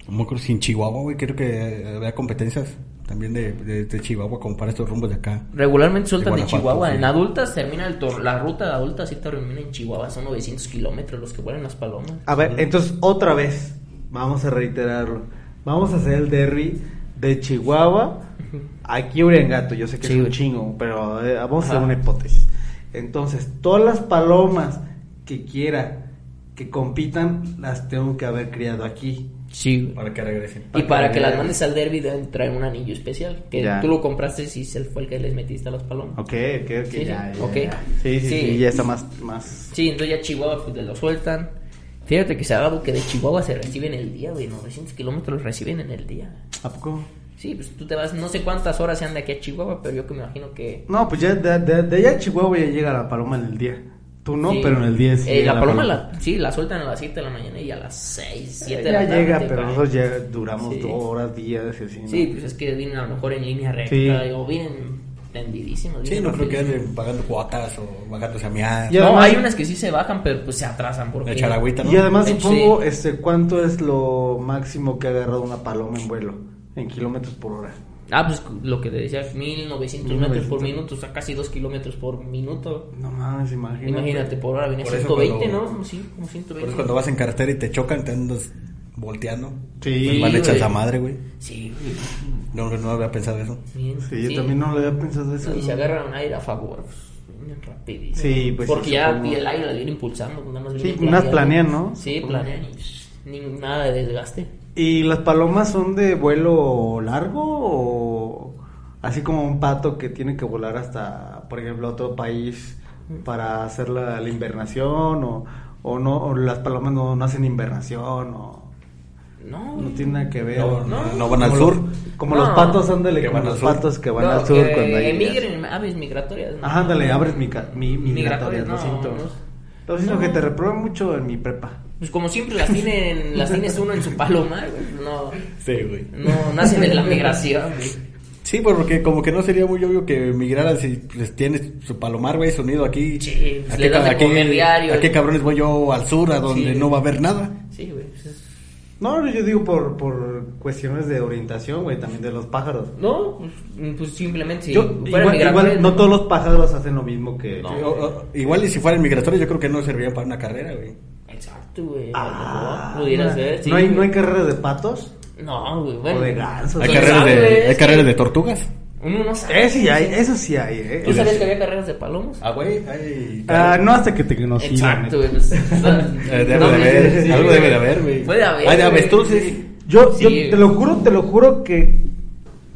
No me acuerdo si en Chihuahua, güey, creo que había competencias también de, de- de Chihuahua como para estos rumbos de acá.
Regularmente sueltan
De
de,
Guanajuato,
Chihuahua.
sí.
En adultas termina el tor- la ruta de adultas sí termina en Chihuahua. Son 900 kilómetros los que vuelan las palomas.
A ver, Mm. entonces otra vez, vamos a reiterarlo. Vamos a hacer el derby de Chihuahua aquí a Uriangato. Yo sé que
Sí,
es un
güey.
chingo, pero eh, vamos a hacer
Ajá.
una hipótesis. Entonces, todas las palomas que quiera que compitan, las tengo que haber criado aquí.
Sí. güey.
Para que regresen.
Y para que las mandes al derby deben traer un anillo especial. Que
Ya.
tú lo compraste y se fue el que les metiste a las palomas.
Ok, ok, ok.
Sí,
ya,
sí,
ya,
ok.
ya. Sí, sí, sí,
Sí.
ya está más, más.
Sí, entonces ya Chihuahua pues, lo sueltan. Fíjate que se ha dado que de Chihuahua se reciben el día, güey. 900 kilómetros reciben en el día.
¿A poco?
Sí, pues tú te vas, no sé cuántas horas se anda aquí a Chihuahua, pero yo que me imagino que.
No, pues ya de, de- de allá a Chihuahua ya llega la paloma en el día. Tú no,
Sí.
pero en el día sí.
Eh,
llega
la paloma, la, sí, la sueltan a las 7 de la mañana y a las 6, 7
ya
de la tarde.
llega,
te
pero
caen.
nosotros ya duramos
Sí.
dos horas, días, y así. ¿no?
Sí, pues es que vienen a lo mejor en línea recta
Sí.
o vienen tendidísimos.
Sí,
vienen
no creo que
rapidísimo.
anden pagando cuotas o bajándose a miar.
Ya. Y
No,
además-
hay unas que sí se bajan, pero pues se atrasan porque...
La charagüita, ¿no?
Y además
Sí.
supongo, este, ¿cuánto es lo máximo que ha agarrado una paloma en vuelo? En kilómetros por hora.
Ah, pues lo que te decía, 1900 metros
1900.
por minuto, o sea, casi 2 kilómetros por minuto.
No mames, imagínate.
Imagínate, por hora venía
Por eso
120,
cuando-
¿no? Como Sí, como 120.
Por eso cuando vas en carretera y te chocan, te andas volteando.
Sí,
Pues Mal echas
güey.
la madre, güey.
Sí, güey,
No, no había pensado eso.
bien,
Sí, yo también no lo había pensado eso.
Y
¿no?
se agarran aire a favor. pues, vienen rapidísimo.
Sí, pues,
Porque
sí,
ya
supongo.
el aire la viene impulsando. pues, Nada más
Sí,
vienen
unas
planeando.
planean, ¿no?
Sí,
Supongo.
planean y psh, ni- nada de desgaste.
¿Y las palomas son de vuelo largo o así como un pato que tiene que volar hasta, por ejemplo, otro país para hacer la, la invernación o, o no o las palomas no, no hacen invernación o
No,
no tiene nada que ver?
No,
¿no?
no.
no van al
Como
sur.
los- como
No.
los patos, ándale,
Que
como
van al
los
sur.
patos que van
No,
al sur
que
cuando hay...
Emigren, aves migratorias. ¿no?
Ajá, ándale, abres mi, ca- mi
Migratorias,
migratorias, lo
no,
siento.
no.
Lo siento
No.
que te reprobé mucho en mi prepa.
Pues como siempre las tienen, las tienes uno en su paloma, güey, pues, no,
Sí, güey.
no nacen en la migración, güey.
Sí, pues, porque como que no sería muy obvio que migraran si les tienes su palomar, güey, sonido aquí.
Sí, pues,
¿A
le
qué
das
ca-
de
a qué-
comer diario.
¿A qué cabrones voy yo al sur, a donde
Sí.
no va a haber nada?
Sí, güey. pues es-
No, yo digo por, por cuestiones de orientación, güey, también de los pájaros.
No, pues, pues simplemente si
Yo-
fueran
igual,
migratorias,
igual no todos los pájaros hacen lo mismo que...
No.
Sí, o- o- igual y si fueran migratorios, yo creo que no servirían para una carrera, güey.
Exacto, güey.
Ah,
no, pudiera
no,
ser, sí,
¿No, hay,
güey.
¿No hay carreras de patos?
No, güey, bueno.
O de
Pues
gansos.
Hay
¿Quién
carreras,
sabe,
de, hay
es que
carreras de tortugas.
Uno no sabe.
Eh, sí hay, eso sí hay, eh.
¿Tú sabías que había carreras de palomas?
Ah, güey, hay.
Ah, no hasta que te conocí.
Exacto,
la
güey.
neta.
pues,
Eh, debe
no,
de
sí,
haber,
sí,
algo
güey.
debe de haber, güey.
Puede haber.
Hay de
güey,
avestruces.
sí.
Yo,
Sí,
yo
güey.
te lo juro, te lo juro que,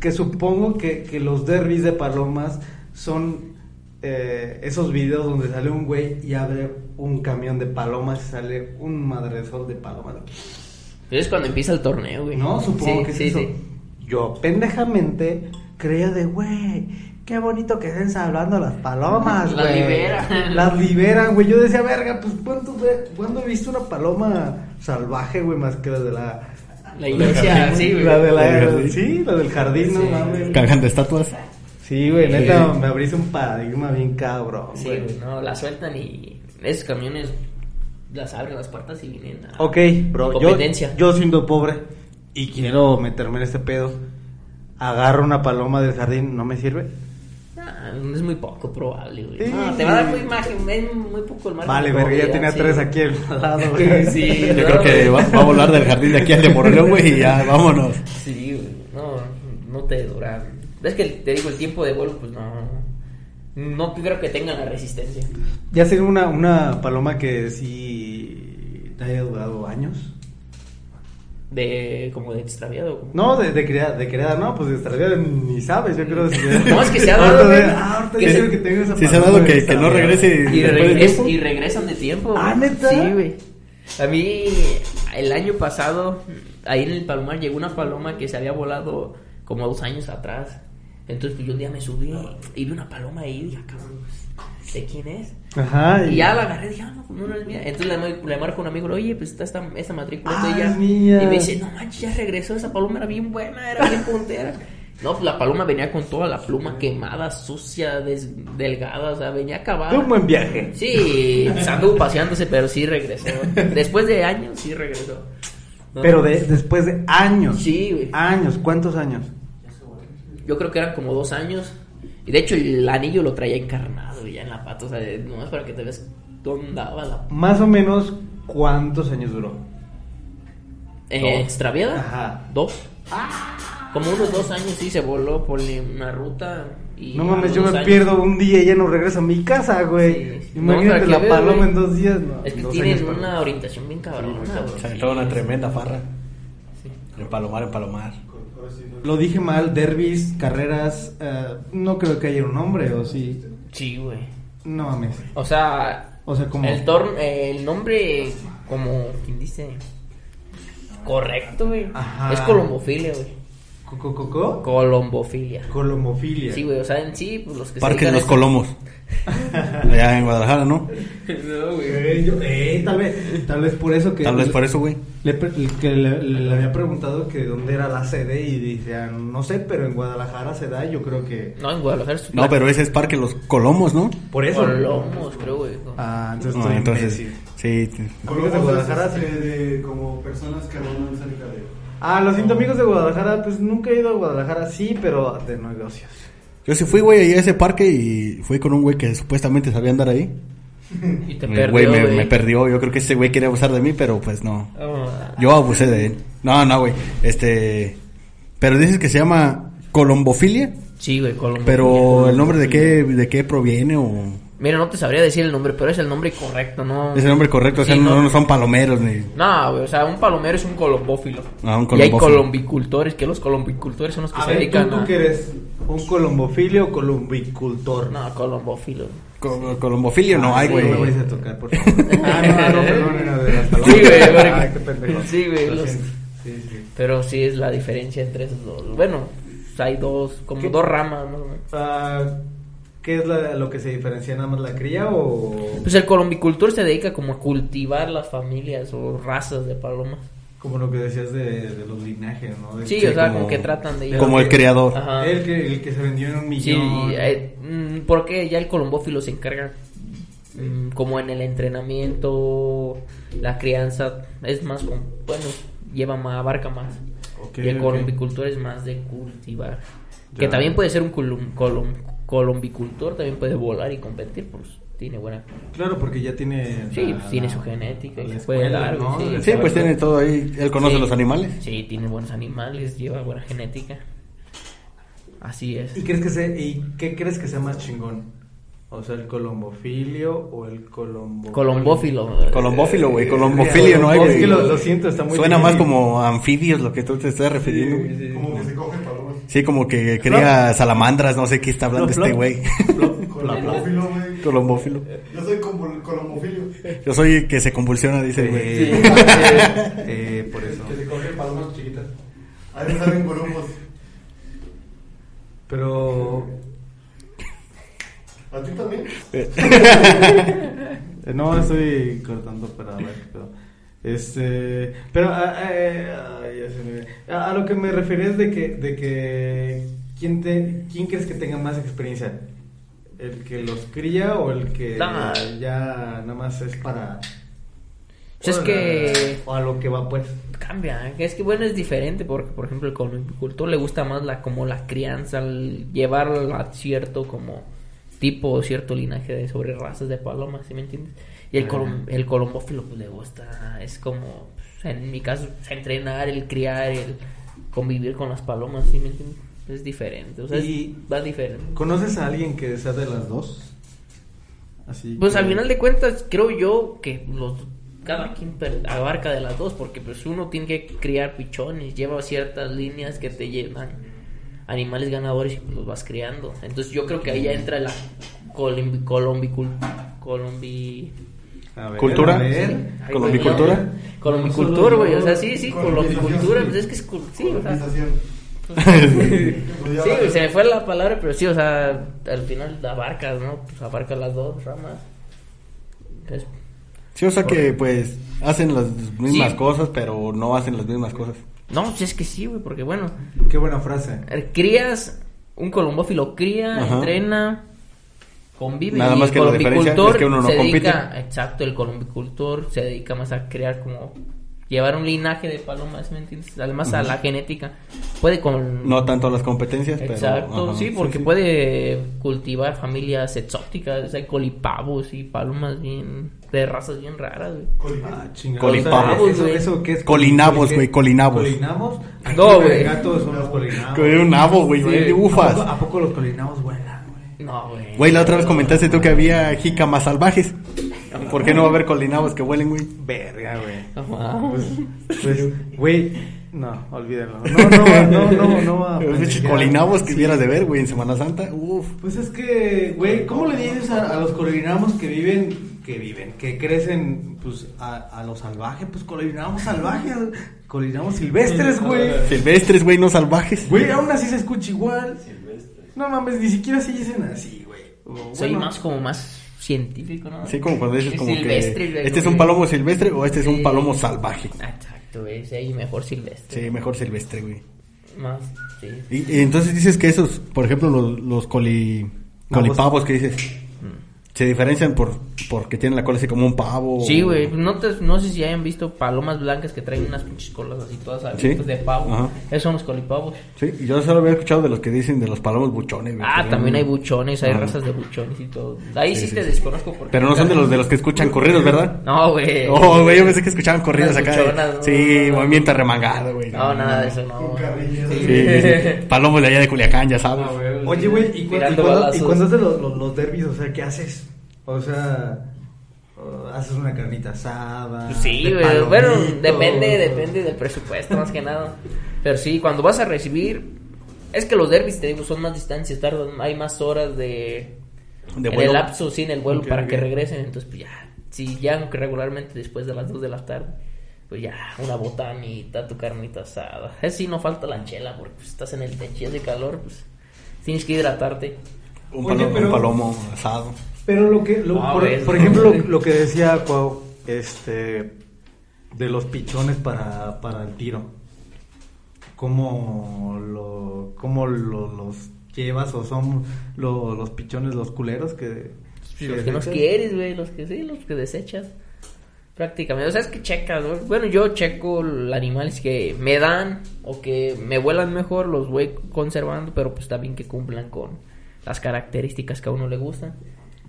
que supongo que, que los derbis de palomas son eh, esos videos donde sale un güey y abre un camión de palomas y sale un madresol de palomas.
Pero es cuando empieza el torneo, güey.
No, supongo
Sí,
que es
sí,
eso.
sí.
Yo pendejamente creía de, güey, qué bonito que estén salvando las palomas,
Las
güey.
liberan.
Las liberan, güey. Yo decía, verga, pues ¿cuándo, ve- ¿cuándo he visto una paloma salvaje, güey? Más que la de la...
La iglesia, sí, güey.
La de la...
La del jardín.
sí, la del jardín, no
Sí.
mames.
Cagando estatuas.
Sí, güey, neta,
Sí.
me abrís un paradigma bien cabrón,
Sí,
güey.
güey, no, la sueltan y esos camiones las abren las puertas y vienen a...
Ok, bro, yo,
Competencia.
yo siendo pobre y quiero meterme en este pedo, agarro una paloma del jardín, ¿no me sirve?
Ah, es muy poco probable, güey.
Sí.
No, te va a dar muy imagen, es muy poco el margen.
Vale,
de
verga, ya
probabilidad,
tenía
sí.
tres aquí al lado, güey.
Sí,
Yo
no,
creo que va,
güey.
va a volar del jardín de aquí al de Morelón, güey, y ya, vámonos.
Sí, güey, no, no te dura. Es que te digo, el tiempo de vuelo, pues no. No creo que tengan la resistencia.
Ya sería una, una paloma que sí te haya durado años.
De, como de extraviado. como-
No, de, de criada, de criada, no, pues de extraviada ni sabes, yo creo.
No, es que se ha dado,
Ahorita
güey.
ve- ah, ahorita
Que
ya
se-
creo que tengo esa
Sí, se ha
paloma
dado que, que
extraviada.
no regrese.
Y,
después de
regres-
tiempo.
y regresan de tiempo. güey.
Ah, ¿neta?
Sí, güey. A mí, el año pasado, ahí en el Palomar llegó una paloma que se había volado como dos años atrás. Entonces, pues, yo un día me subí y vi una paloma ahí y dije, "Ah, cabrón, pues, ¿de quién es?
Ajá,
Y ya la agarré y dije, ah, no, no, no es mía. Entonces le, mar- le marco a un amigo, le digo, oye, pues está esta, esta matrícula.
Ah,
de ella.
es mía.
Y me dice, no manches, ya regresó, esa paloma era bien buena, era bien puntera. No, pues la paloma venía con toda la pluma quemada, sucia, des- delgada, o sea, venía acabada.
de un buen viaje.
Sí, pues, anduvo paseándose, pero sí regresó. Después de años, sí regresó. No,
Pero de, después de años.
Sí, güey.
Años, ¿cuántos años?
Yo creo que eran como dos años. Y de hecho, el anillo lo traía encarnado ya en la pata, o sea, nomás para que te veas dónde andaba la.
Más o menos, ¿cuántos años duró?
Eh,
Dos.
¿Extraviada?
Ajá.
Dos. Como unos dos años sí se voló por una ruta. Y
No mames,
a
yo
los
me
años-
pierdo un día y ya no regreso a mi casa, güey.
Sí.
Imagínate
No, para
la
que veas,
paloma
güey.
en dos días. No,
Es que
dos
tienen
años, perdón.
una orientación bien cabrona, güey.
Se aventó una tremenda farra. En Palomar, en Palomar.
Lo dije mal, derbis, carreras, eh, no creo que haya un nombre, o sí.
Sí, güey.
No mames.
O sea,
O sea, como...
El, tor- eh, el nombre, como quien dice, correcto, güey.
Ajá.
Es colombofilia, güey.
co- co- co- co-
Colombofilia.
Colomofilia.
Sí, güey, o sea, en sí, pues los que
Parque de
dedican
los
a-
Colomos. Allá en Guadalajara, ¿no?
No, güey.
Eh, yo- eh, tal vez, tal vez por eso que...
Tal
pues,
vez por eso, güey.
Le, pre- que le, le había preguntado que dónde era la sede y decían, no sé, pero en Guadalajara se da, yo creo que...
No, en Guadalajara es
No, pero ese es Parque de los Colomos, ¿no?
Por eso...
Colomos, creo, güey.
Ah, entonces
No,
estoy
entonces,
imbécil.
sí. t-
Amigos de Guadalajara, sí.
este, de como personas que andan cerca de.
Ah, lo siento, amigos de Guadalajara, pues nunca he ido a Guadalajara, sí, pero de negocios.
Yo sí fui, güey, ahí a ese parque y fui con un güey que supuestamente sabía andar ahí.
Y te
El
perdió,
Eh, güey me,
güey.
me perdió. Yo creo que ese güey quería abusar de mí, pero pues no.
Ah,
Yo abusé de él. No, no, güey. Este. Pero dices que se llama Colombofilia.
sí, güey, colombofilia.
Pero el nombre de qué, de qué proviene o.
Mira, no te sabría decir el nombre, pero es el nombre correcto, ¿no?
Es el nombre correcto, o sea,
Sí,
no,
no.
no son palomeros ni...
No, güey, o sea, un palomero es un colombófilo.
Ah, un
Y hay
colombófilo.
colombicultores, que los colombicultores son los que
A
se
ver, ¿tú,
dedican
tú
a...
qué eres? ¿Un colombofilio o colombicultor? Ah,
No, colombófilo.
Co- Colombofilio no hay,
sí,
güey.
No me voy a tocar, por favor. ah, no, no, perdón, era de las
Sí,
palomas.
güey,
Ay,
porque-
qué pendejo.
Sí, güey,
Lo
los-
siento. Sí, sí.
Pero sí es la diferencia entre esos dos. Bueno, o sea, hay dos, como
¿Qué?
dos ramas, más o menos.
Ah, ¿Qué es la- lo que se diferencia nada más la cría o
Pues el colombicultor se dedica como a cultivar las familias o razas de palomas.
como lo que decías de, de los linajes, ¿no? De-
Sí,
Sí,
o sea,
como-
como que tratan de ir...
Como el criador.
Ajá.
El que, el que se vendió en un
Sí,
millón.
eh, mm, porque ya el colombófilo se encarga mm, como en el entrenamiento, la crianza, es más, com- bueno, lleva más, abarca más.
Ok,
y el
ok.
colombicultor es más de cultivar. Que
Ya.
también puede ser un colum- colum- colombicultor, también puede volar y competir, pues tiene buena...
Claro, porque ya tiene.
Sí, pues, tiene su genética y
la
se puede
escuela,
dar,
¿no?
güey,
Sí, pues tiene todo ahí. Él conoce
Sí.
los animales.
Sí, tiene buenos animales, lleva buena genética. Así es.
¿Y, crees que sea, ¿Y qué crees que sea más chingón? O sea, el colombofilio o el colombo.
Colombófilo.
Colombófilo, güey.
Eh,
Colombofilio no hay,
es
güey.
que lo- lo siento, está muy
Suena
difícil.
más como anfibios lo que tú te estás refiriendo. güey. Sí,
Como que se cogen palomas.
como que cría salamandras, no sé qué está hablando
No,
este
flop.
güey.
Colombófilo, güey.
Colombófilo.
Yo soy como colombofilio.
Yo soy el que se convulsiona, dice el güey.
Eh, eh, eh, por eso.
Que se cogen palomas chiquitas. A veces salen grupos.
Pero.
¿A ti también?
eh, No, estoy cortando para ver qué pedo. Este. Pero. ah, eh, ay, ya se me- a, a lo que me refería es de que. De que ¿quién, te, ¿Quién crees que tenga más experiencia? ¿El que los cría o el que
Nah.
ya nada más es para.
Pues es que-
O a lo que va, pues.
Cambia, es que bueno, es diferente porque, por ejemplo, el colombicultor le gusta más la como la crianza, el llevarla a cierto como tipo, o cierto linaje de sobre razas de palomas, ¿sí me entiendes? Y el, colom- el colombófilo pues, le gusta, es como, pues, en mi caso, entrenar, el criar, el convivir con las palomas, ¿sí me entiendes? Es diferente, o sea, es-
Y-
va diferente.
¿Conoces a alguien que sea de las dos? Así.
Pues
que-
al final de cuentas, creo yo que los, cada quien per- abarca de las dos, porque pues uno tiene que criar pichones, lleva ciertas líneas que te llevan animales ganadores y pues, los vas criando. Entonces yo creo que ahí ya entra la colombi, colombi, colombi
A ver,
¿Cultura?
a ver.
Ay, güey,
¿Colombicultura?
no. Colombicultura, güey, o sea, sí, sí,
Colombización,
colombicultura,
sí.
pues es que es cul- sí, o sea,
Colonización. Pues
Sí, Pues, güey, se me fue la palabra, pero sí, o sea, al final abarcas, ¿no? Pues abarcas las dos ramas. Entonces,
Sí, o sea que pues hacen las mismas
Sí.
cosas, pero no hacen las mismas cosas.
No, pues es que sí, güey, porque bueno,
Qué buena frase.
eh, crías, un colombófilo cría,
Ajá.
entrena, convive.
Nada
y
más
el
que la diferencia
colombicultor
es que uno no
se
compite.
dedica- exacto, el colombicultor se dedica más a crear como llevar un linaje de palomas, ¿me entiendes? Además a la genética. Puede con...
No tanto las competencias, pero...
Exacto,
ajá,
sí, porque
sí.
puede cultivar familias exóticas, o sea, colipavos y palomas bien, de razas bien raras, güey.
Ah, chingada.
Colipavos,
O sea, ¿eso-
güey.
¿Eso qué es?
Colinabos, güey, colinabos.
¿Colinabos? Ay,
No,
creo que
güey.
Los gatos son los colinabos.
Que era un nabo, güey,
Sí.
ahí
¿A poco-
dibufas.
¿A, poco, los colinabos vuelan, güey?
No, güey.
Güey, la otra vez comentaste tú que había jicamas salvajes. ¿Por qué no va a haber colinabos que huelen, güey?
Verga, güey.
No mames.
Ah, Pues, güey, no, olvídalo. No, no, va- no, no, no. va a
Los pinches
pendejear.
colinabos que hubieras de ver, güey, en Semana Santa. Uf.
Pues es que, güey, ¿cómo le dices a, a los colinamos que viven, que viven, que crecen, pues, a, a lo salvaje? Pues colinamos salvajes, colinamos silvestres, güey.
Silvestres, güey, no salvajes.
Güey, aún así se escucha igual. No mames, ni siquiera se dicen así, güey. O,
Soy
bueno,
más como más científico, ¿no?
Sí, como cuando dices como
Silvestre,
que...
güey,
Este es un
como que-
palomo silvestre o este es un
Sí.
palomo salvaje.
Exacto, güey, sí, ahí mejor silvestre.
Sí, mejor silvestre, güey.
Más, sí.
Y, y entonces dices que esos, por ejemplo, los, los coli, colipavos que dices,
Mm.
se diferencian por porque tienen la cola así como un pavo.
Sí, güey, no, te- no sé si hayan visto palomas blancas que traen unas pinches colas así todas abiertas de pavo.
Ajá.
Esos son los colipavos.
Sí, y yo solo había escuchado de los que dicen de los palomos buchones. güey,
Ah,
que
también
son-
hay buchones, hay
Ajá.
razas de buchones y todo. Ahí
Ah. Sí,
sí,
sí,
te
sí.
desconozco porque...
Pero no son de los de los que escuchan corridos, ¿verdad?
No, güey.
Oh, güey, yo pensé que escuchaban corridos
Unas
acá. de-
Eh, buchonas, no,
sí,
no, no.
movimiento arremangado, güey.
No, nada de eso, no.
Con carrillas.
Sí, sí, sí. Palomos de allá de Culiacán, ya sabes.
No, güey.
Oye, Ah, güey, ¿y, cu- y
Tirando
cuándo-
balazos.
y cuándo es de los, los, los derbis? O sea, ¿qué haces? O sea, uh, haces una carnita asada.
Sí,
de
güey, bueno,
palomitos.
depende, depende del presupuesto, más que nada. Pero sí, cuando vas a recibir, es que los derbis, te digo, son más distancias, tardan, hay más horas de...
De
en
vuelo.
el lapso, sí, en el vuelo,
Ok,
para
ok.
que regresen, entonces pues ya, si ya aunque regularmente después de las 2 de la tarde, pues ya, una botanita, tu carnita asada. Es sí, no falta la chela, porque pues, estás en el techo y hace calor, pues tienes que hidratarte.
Un,
Oye,
palo- un
pero-
palomo asado.
Pero lo que, lo-
Ah,
por,
ves,
por
no,
ejemplo,
sí.
lo, lo que decía Cuau, este, de los pichones para, para el tiro, ¿cómo, lo, cómo lo- los llevas o son lo- los pichones los culeros que...
los que no
desechas?
quieres, güey, los que sí, los que desechas. Prácticamente, o sea, es que checas, güey. Bueno, yo checo los animales que me dan o que me vuelan mejor, los voy conservando, pero pues también que cumplan con las características que a uno le gustan.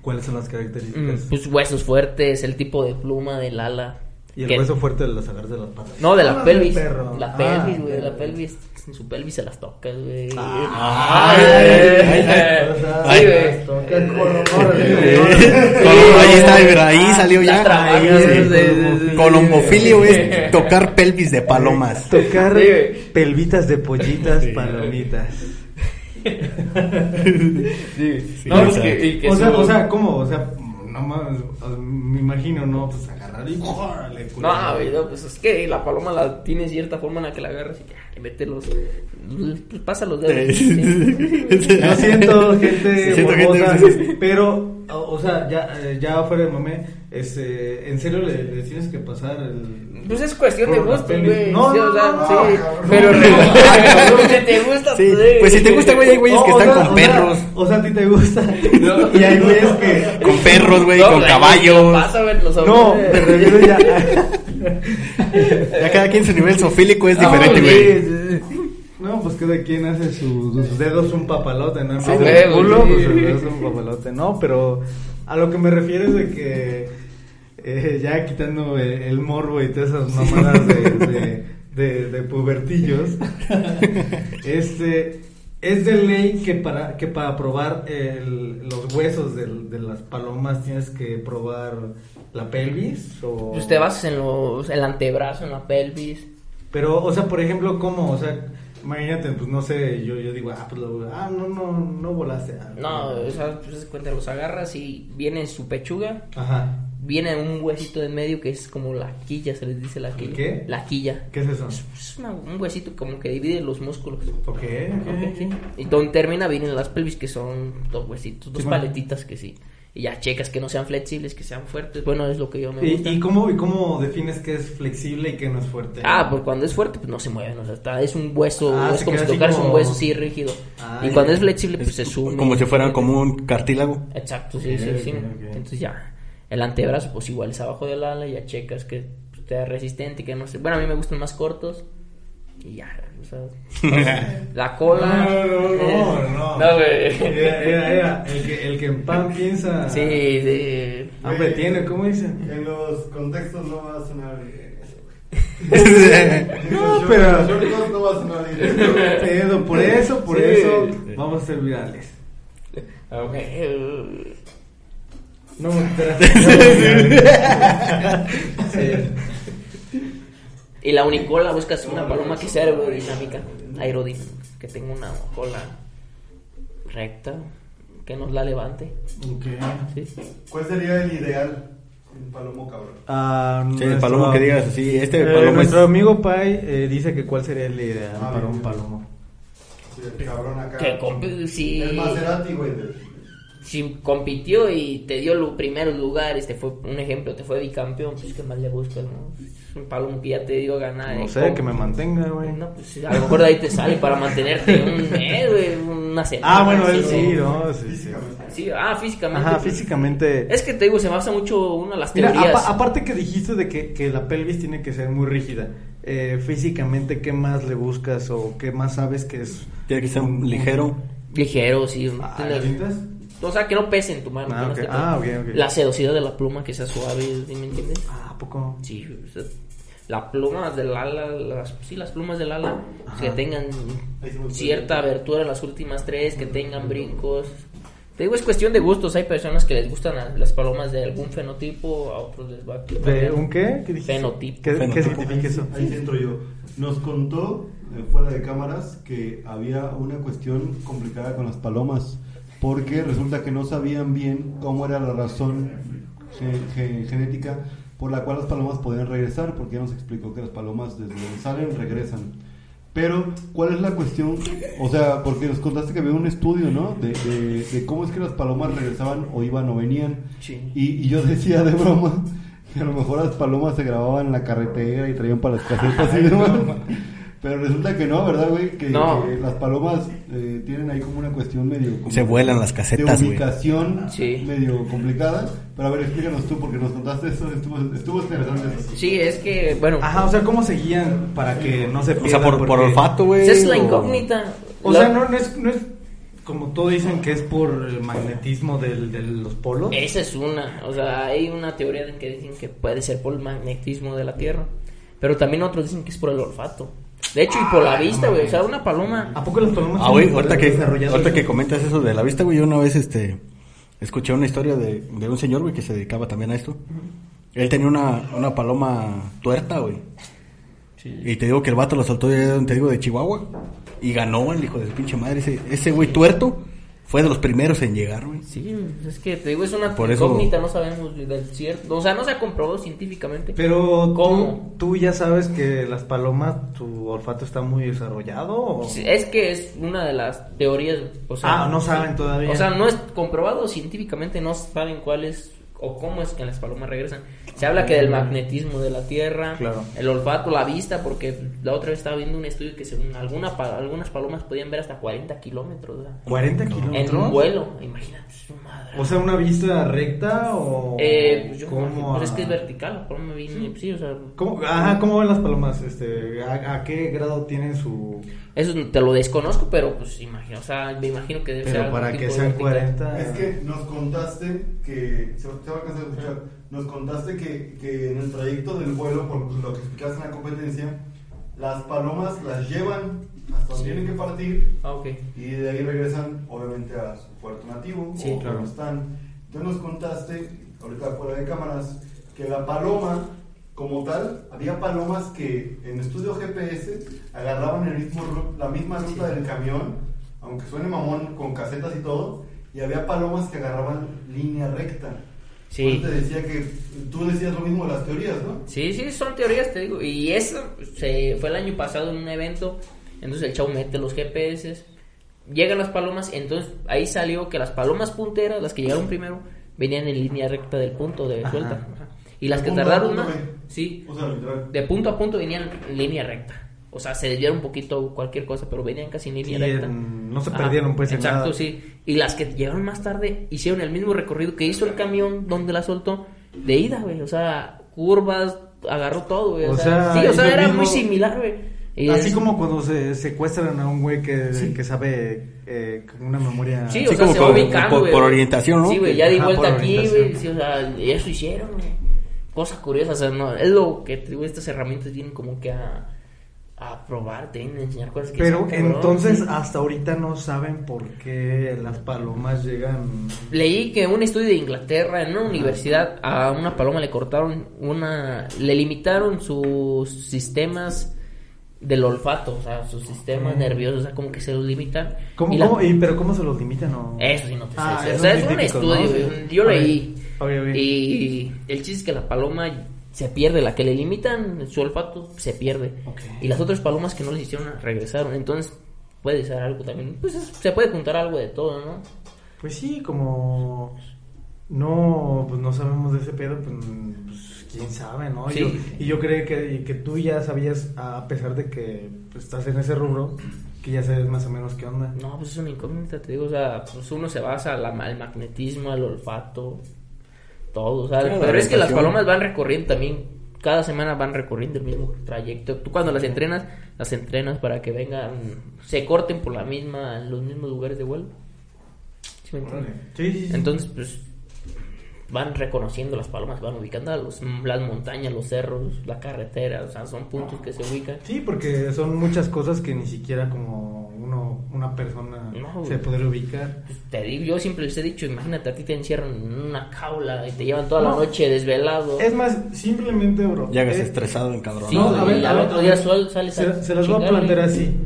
¿Cuáles son las
Mm,
características?
Pues huesos fuertes, el tipo de pluma del ala.
y el
que-
hueso fuerte de las agarras de las patas.
No, de
Ah, del
la pelvis.
perro. Ah,
La
Ah,
pelvis, güey,
de
la pelvis. En su pelvis se las tocas, güey.
Ah,
Ay,
Ay,
ay,
Ah, eh. ay, eh.
ay,
güey.
ay,
Colombo, ahí está, mira, ahí salió
las
ya.
trabajas,
Ahí,
sí,
sí.
sí, sí.
Colombofilio es tocar pelvis de palomas.
Tocar
Sí, güey.
pelvitas de pollitas, palomitas.
No,
Sí,
pues
o sea,
que- y que
o, sea,
su-
o sea, ¿cómo? O sea, no mames, o sea, me imagino, ¿no? Pues agarrar y ¡órale, culero!
No, güey, no, pues es que la paloma la tiene cierta forma en la que la agarras y que ah, le metes los. Pues pasa los dedos. Sí.
Lo siento, gente
Siento gente-
morbosa, pero, o, o sea, ya, eh, ya fuera de mame, este, en serio le, le tienes que pasar el...
Pues es cuestión de
Por la
gusto,
peli.
güey.
No,
Sí,
no,
o sea,
no,
sí.
cabrón.
Pero re- que te gusta,
Sí,
güey.
pues si te gusta, güey, hay güeyes
No,
que
o
están
sea,
con
o sea,
perros.
O sea, a ti te gusta.
No.
Y hay güeyes que...
Con perros, güey, con
pues,
caballos.
Pasa, güey, los
No,
hombres.
me refiero ya...
Ya cada quien su nivel sofílico es
Ah,
diferente,
güey.
güey.
No, pues cada quien hace su- sus dedos un papalote, ¿no? En
Sí,
vez de
güey,
un culo,
güey.
pues sus dedos un papalote, ¿no? Pero a lo que me refiero es de que eh, ya quitando el, el morbo y todas esas mamadas de, de, de- de pubertillos, este, es de ley que para, que para probar el- los huesos del- de, las palomas tienes que probar la pelvis o...
Pues te vas en los, el antebrazo, en la pelvis.
Pero, o sea, por ejemplo, ¿cómo? O sea, imagínate, pues no sé, yo, yo digo, ah, pues lo, ah, no, no, no volaste. ah,
No, o sea, pues haz de cuenta, los agarras y viene su pechuga.
Ajá.
Viene un huesito en medio que es como la quilla, se les dice la quilla.
qué?
La quilla.
¿Qué es eso?
Es una- un huesito como que divide los músculos.
Ok,
Ok, sí.
ok.
Y donde termina vienen las pelvis que son dos huesitos, dos
Sí, bueno.
paletitas que sí. Y ya checas que no sean flexibles, que sean fuertes. Bueno, es lo que yo me
¿Y,
gusta.
y cómo, ¿Y cómo defines que es flexible y que no es fuerte?
Ah, porque cuando es fuerte, pues no se mueven. O sea, está- es un hueso.
Ah,
es
se
como
queda
si
así
tocaras
como-
un hueso así rígido.
Ah,
y
ya.
cuando es flexible, pues se
Es
sube.
Como si fuera como un cartílago.
Exacto, sí, sí,
Ok,
sí.
ok, ok.
Entonces ya. El antebrazo, pues igual es abajo del ala. Ya checas que pues, sea resistente, que no sé. Bueno, a mí me gustan más cortos. Y ya, o sea. la cola. Eh,
No, no, no, no.
No, güey.
Era, era, era, el que, el que en pan piensa.
Sí, sí.
Hambre tiene, ¿cómo dicen?
En los contextos no va a sonar bien eso, güey.
No,
En los
pero-
shows no va a sonar bien eso.
Pero por eso, por
Sí.
eso, vamos a ser virales.
Ok.
No me enteras.
Y la unicola, buscas una paloma que sea aerodinámica, aerodinámica, que tenga una cola recta, que nos la levante.
Ok.
Sí.
¿Cuál sería el ideal? Un palomo cabrón.
Ah,
Sí, el
nuestro-
palomo que digas así, este
Eh,
palomo es...
nuestro amigo Pai eh, dice que cuál sería la idea
Ah,
para un
bien.
palomo.
Sí, el cabrón acá.
Que compi- sí.
El Maserati, güey. del-
Si compitió y te dio los primeros lugares, te fue un ejemplo, te fue bicampeón, pues que más le buscas, ¿no? Es un palomo que ya te dio ganar.
No
eh,
sé,
comp-
que me mantenga, güey.
No, pues a lo mejor de ahí te sale para mantenerte un mes, güey, una semana.
Ah, bueno, él
así,
sí,
¿no?
no, sí, sí.
Físicamente.
Sí, ah, físicamente.
Ajá,
pues,
físicamente.
Es que te digo, se basa mucho una de las
Mira,
teorías.
apa- aparte que dijiste de que, que la pelvis tiene que ser muy rígida, eh, físicamente, ¿qué más le buscas o qué más sabes que es?
Tiene que ser un ligero.
Ligero, sí. no
Ah,
tiene-
¿cintas?
o sea, que no pese en tu mano.
Ah,
que no
ok.
esté-
Ah, ok, ok.
La sedosidad de la pluma, que sea suave, ¿sí me entiendes?
Ah, ¿a poco.
Sí, o sea, la pluma del ala, las, sí, las plumas del ala,
Ajá.
que tengan
Ahí se me fue.
cierta abertura en las últimas tres, que tengan brincos, Te digo, es cuestión de gustos. Hay personas que les gustan a- las palomas de algún fenotipo, a otros les va a
¿De un qué? ¿Qué dijiste?
Fenotipo.
¿Qué,
Fenotipo.
qué significa eso?
Ahí sí entro yo. Nos contó eh, fuera de cámaras que había una cuestión complicada con las palomas, porque resulta que no sabían bien cómo era la razón gen- gen- genética por la cual las palomas podían regresar, porque ya nos explicó que las palomas desde donde salen regresan. Pero, ¿cuál es la cuestión? O sea, porque nos contaste que había un estudio, ¿no? De, de- de cómo es que las palomas regresaban o iban o venían.
Sí.
Y, y yo decía de broma que a lo mejor las palomas se grababan en la carretera y traían para las casetas y demás. Pero resulta que no, ¿verdad, güey? Que,
No.
que las palomas eh, tienen ahí como una cuestión medio... como-
Se vuelan las casetas,
De
güey.
ubicación
Sí.
medio complicada. Pero a ver, explícanos tú, porque nos contaste eso, estuvo, estuvo interesante eso.
Sí, es que, bueno,
Ajá, o sea, ¿cómo se guían para que no se
O
pierdan?
sea, por, por
Porque-
olfato, güey.
esa es la
o-
incógnita.
O
La-
sea, no, no es, no es como todos dicen que es por el magnetismo del- de los polos.
Esa es una, o sea, hay una teoría en que dicen que puede ser por el magnetismo de la Tierra, pero también otros dicen que es por el olfato. De hecho, y por
Ah,
la vista, güey, o sea, una paloma...
¿A poco las palomas
Ah, güey,
tienen
ahorita que,
desarrollado
ahorita
eso?
que comentas eso de la vista, güey, yo una vez este, escuché una historia de, de un señor, güey, que se dedicaba también a esto. Él tenía una, una paloma tuerta, güey. Y te digo que el vato lo soltó, de, te digo, de Chihuahua. Y ganó el hijo de su pinche madre. Ese, ese güey tuerto fue de los primeros en llegar, güey.
Sí, es que te digo, es una
Por eso-
incógnita, no sabemos del cierto, o sea, no se ha comprobado científicamente.
Pero tú-
¿Cómo?
Tú, ya sabes que las palomas, tu olfato está muy desarrollado. ¿o?
Sí, Es que es una de las teorías, o sea...
Ah, no saben todavía.
O sea, no es comprobado científicamente, no saben cuál es o cómo es que las palomas regresan. Se habla que del magnetismo de la Tierra,
Claro.
el olfato, la vista, porque la otra vez estaba viendo un estudio que según alguna pa- algunas palomas podían ver hasta 40 kilómetros o sea,
40
en un
kilómetros.
vuelo. Imagínate, su madre.
O sea, una vista recta o.
Eh, pues yo me imagino,
¿Cómo
pues es
a-
que es vertical, la paloma viene, sí, o sea,
¿Cómo, ajá, ¿cómo ven las palomas? Este, ¿a, a qué grado tienen su...?
eso te lo desconozco, pero pues imagino, o sea, me imagino que debe ser
Pero
algún
para
tipo
que
de
sean
vertical.
40...
Es que nos contaste que... Se, se va a alcanzar a escuchar. Nos contaste que, que en el trayecto del vuelo, por lo que explicaste en la competencia, las palomas las llevan hasta donde tienen que partir
Ah, ok.
Y de ahí regresan, obviamente, a su puerto nativo,
Sí,
o
claro.
donde están. Entonces nos contaste, ahorita fuera de cámaras, que la paloma, como tal, había palomas que en estudio GPS agarraban el mismo, ru- la misma ruta del camión, aunque suene mamón, con casetas y todo, y había palomas que agarraban línea recta.
Sí.
Por eso te decía que tú decías lo mismo de las teorías, ¿no?
Sí, sí, son teorías, te digo. Y eso se fue el año pasado en un evento. Entonces el chavo mete los GPS. Llegan las palomas. Entonces ahí salió que las palomas punteras, las que llegaron primero, venían en línea recta del punto de
Ajá.
suelta. Ajá. Y las
De
que
punto a
tardaron
punto,
más,
güey.
sí,
O sea, literal.
de punto a punto venían en línea recta. O sea, se desviaron un poquito cualquier cosa, pero venían casi en línea
Y en-
recta.
no se perdieron, pues, en
Exacto,
nada.
sí. Y las que llegaron más tarde hicieron el mismo recorrido que hizo el camión donde la soltó de ida, güey. O sea, curvas, agarró todo, güey. O,
O
sea,
sea,
sí, o
es
sea,
lo
era
mismo-
muy similar, güey. Y
Así
es-
como cuando se secuestran a un güey que, que sabe eh, con una memoria...
Sí, o
Así
sea,
como
se va
por-
ubicando,
por-
güey.
por orientación, ¿no?
Sí, güey, ya di
Ajá,
vuelta
por
aquí, güey.
orientación.
sí, o sea, y eso hicieron, güey. Cosas curiosas, o sea, no, es lo que te digo, estas herramientas vienen como que a, a probarte, a enseñar cosas que
Pero
están cabrón,
entonces ah,
sí.
hasta ahorita no saben por qué las palomas llegan...
Leí que un estudio de Inglaterra en una universidad a una paloma le cortaron una, le limitaron sus sistemas del olfato, o sea, sus sistemas nerviosos, o sea, como que se los limitan.
¿Cómo,
Y la-
cómo- y- ¿Pero cómo se los limitan? O...
Eso sí no te sé
Ah,
decir. O
esos
sea, es un
científicos, ¿no?
estudio,
Sí.
güey, yo
Ok,
leí.
ok, ok.
Y el chiste es que la paloma se pierde, la que le limitan su olfato se pierde.
Ok.
Y las otras palomas que no les hicieron regresaron, entonces puede ser algo también. Pues es- se puede juntar algo de todo, ¿no?
Pues sí, como no, pues no sabemos de ese pedo, pues, mm, pues, quién sabe, ¿no? Y,
Sí.
yo, y yo creo que, y que tú ya sabías, a pesar de que pues, estás en ese rubro, que ya sabes más o menos qué onda.
No, pues es una incógnita, te digo, o sea, pues uno se basa al al magnetismo, al olfato, todo, o sea,
Claro,
pero
la
es que las
orientación.
palomas van recorriendo también, cada semana van recorriendo el mismo trayecto. Tú cuando las entrenas, las entrenas para que vengan, se corten por la misma, los mismos lugares de vuelo. ¿Sí me entiendes?
Sí, sí, sí.
Entonces, pues van reconociendo las palomas, van ubicando a los, las montañas, los cerros, la carretera, o sea, son puntos que se ubican.
Sí, porque son muchas cosas que ni siquiera como uno, una persona
No, güey.
se podría ubicar.
Pues, Te digo, yo siempre les he dicho, imagínate, a ti te encierran en una jaula y te llevan toda la noche desvelado.
Es más, simplemente, bro.
Llegas
eh,
estresado en cabrón.
Sí,
no,
güey,
a ver,
y
a
al
ver,
otro
a
día
ver.
sol- sales a
se, se los voy a
chingar, güey.
plantear así.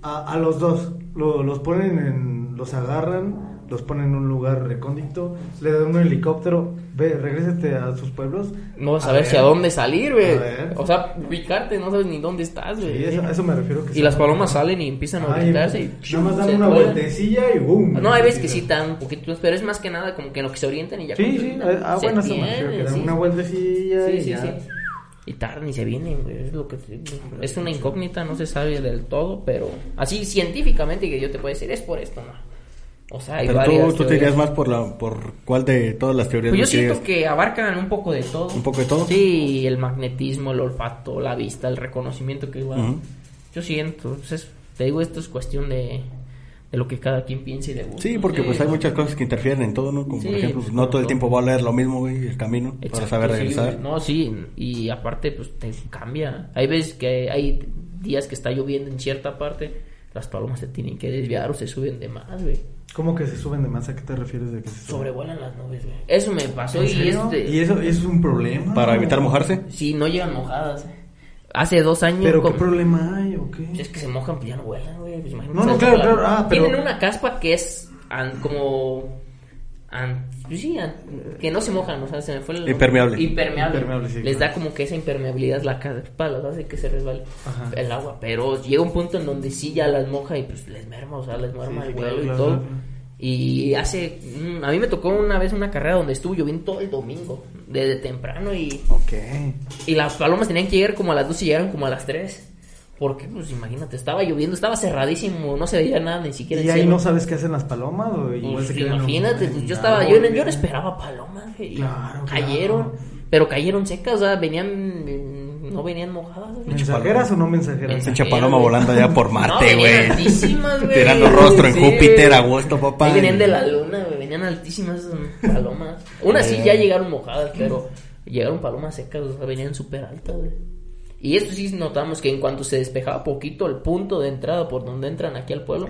A, a los dos. Lo- los ponen en. Los agarran, los ponen en un lugar recóndito, le dan un helicóptero, ve, regrésate a sus pueblos.
No vas a, ver si a dónde salir,
A
güey.
ver.
O sea, ubicarte, no sabes ni dónde estás,
Sí,
güey.
eso- a eso me refiero. que
Y
se-
las palomas salen y empiezan a
Ay,
orientarse. y
Nada más
se
dan una
cuelan.
vueltecilla y boom.
No, hay veces que sí dan un poquito, pero es más que nada como que en lo que se orientan y ya.
Sí,
cuando
sí,
terminan,
ah,
se
bueno, eso me refiero,
pierden,
que dan
sí.
una vueltecilla
Sí,
y
sí,
ya.
sí. Y tardan y se vienen, güey. Es, lo que te digo. es una incógnita, no se sabe del todo, pero así científicamente que yo te puedo decir, es por esto, ¿no? O sea, hay
Pero
varias
tú, tú te
teorías.
dirías más por la por cuál de todas las teorías.
Pues yo
que digas.
siento que abarcan un poco de todo.
¿Un poco de todo?
Sí, el magnetismo, el olfato, la vista, el reconocimiento que igual.
Ujú.
Yo siento, pues es- te digo, esto es cuestión de, de lo que cada quien piense y de gusto.
Sí, porque pues hay muchas cosas que interfieren en todo, ¿no? Como
Sí,
por ejemplo,
pues,
no
como
todo el
todo.
tiempo va a leer lo mismo, güey, el camino para
Exacto,
saber
sí,
regresar.
güey. no, sí, y aparte pues te cambia. Hay veces que hay días que está lloviendo en cierta parte, las palomas se tienen que desviar o se suben de más, güey.
¿Cómo que se suben de más? ¿A qué te refieres de que se suben?
Sobrevuelan las nubes, güey. Eso me pasó
¿En
y
serio?
este
¿Y eso, eso es un problema?
Para evitar mojarse.
sí no llegan mojadas. eh. Hace dos años
¿Pero qué
com-
problema hay o qué?
Pues Es que se mojan, pues ya no huelen, güey. pues imagínate.
No, no,
Salen
claro,
volando.
claro, ah, pero-
Tienen una caspa que es an- como. an- pues sí, an- que no se mojan, o sea, se me fue el.
Impermeable.
Impermeable.
Impermeable, sí,
Les
claro.
da como que esa impermeabilidad la caspa, los hace que se resbale
Ajá.
el agua. Pero llega un punto en donde sí ya las moja y pues les merma, o sea, les merma
Sí,
el
claro,
vuelo
claro,
y todo.
claro.
Y hace. mm, A mí me tocó una vez una carrera donde estuvo lloviendo todo el domingo, desde temprano y.
Ok.
Y las palomas tenían que llegar como a las 2 y llegaron como a las 3. Porque, pues imagínate, estaba lloviendo, estaba cerradísimo, no se veía nada, ni siquiera
¿Y
el
ahí
cielo.
no sabes qué hacen las palomas? O igual
Pues,
se quedan
imagínate,
en-
pues,
en
yo estaba, yo,
árbol,
no- yo no
güey?
esperaba palomas, güey, y
Claro,
cayeron,
claro.
pero cayeron secas, o sea, venían, mm, no venían mojadas, güey.
¿Mensajeras o no mensajeras?
Mensajeras.
Pinche paloma
güey.
volando allá por Marte,
No,
güey.
venían altísimas, güey.
Tirando rostro en
Sí.
Júpiter, agosto, papá.
Ahí venían de la luna, güey, venían altísimas esas palomas. Unas
Eh.
sí ya llegaron mojadas, pero llegaron palomas secas, o sea, venían súper altas, güey. Y eso sí notamos que en cuanto se despejaba poquito el punto de entrada por donde entran aquí al pueblo,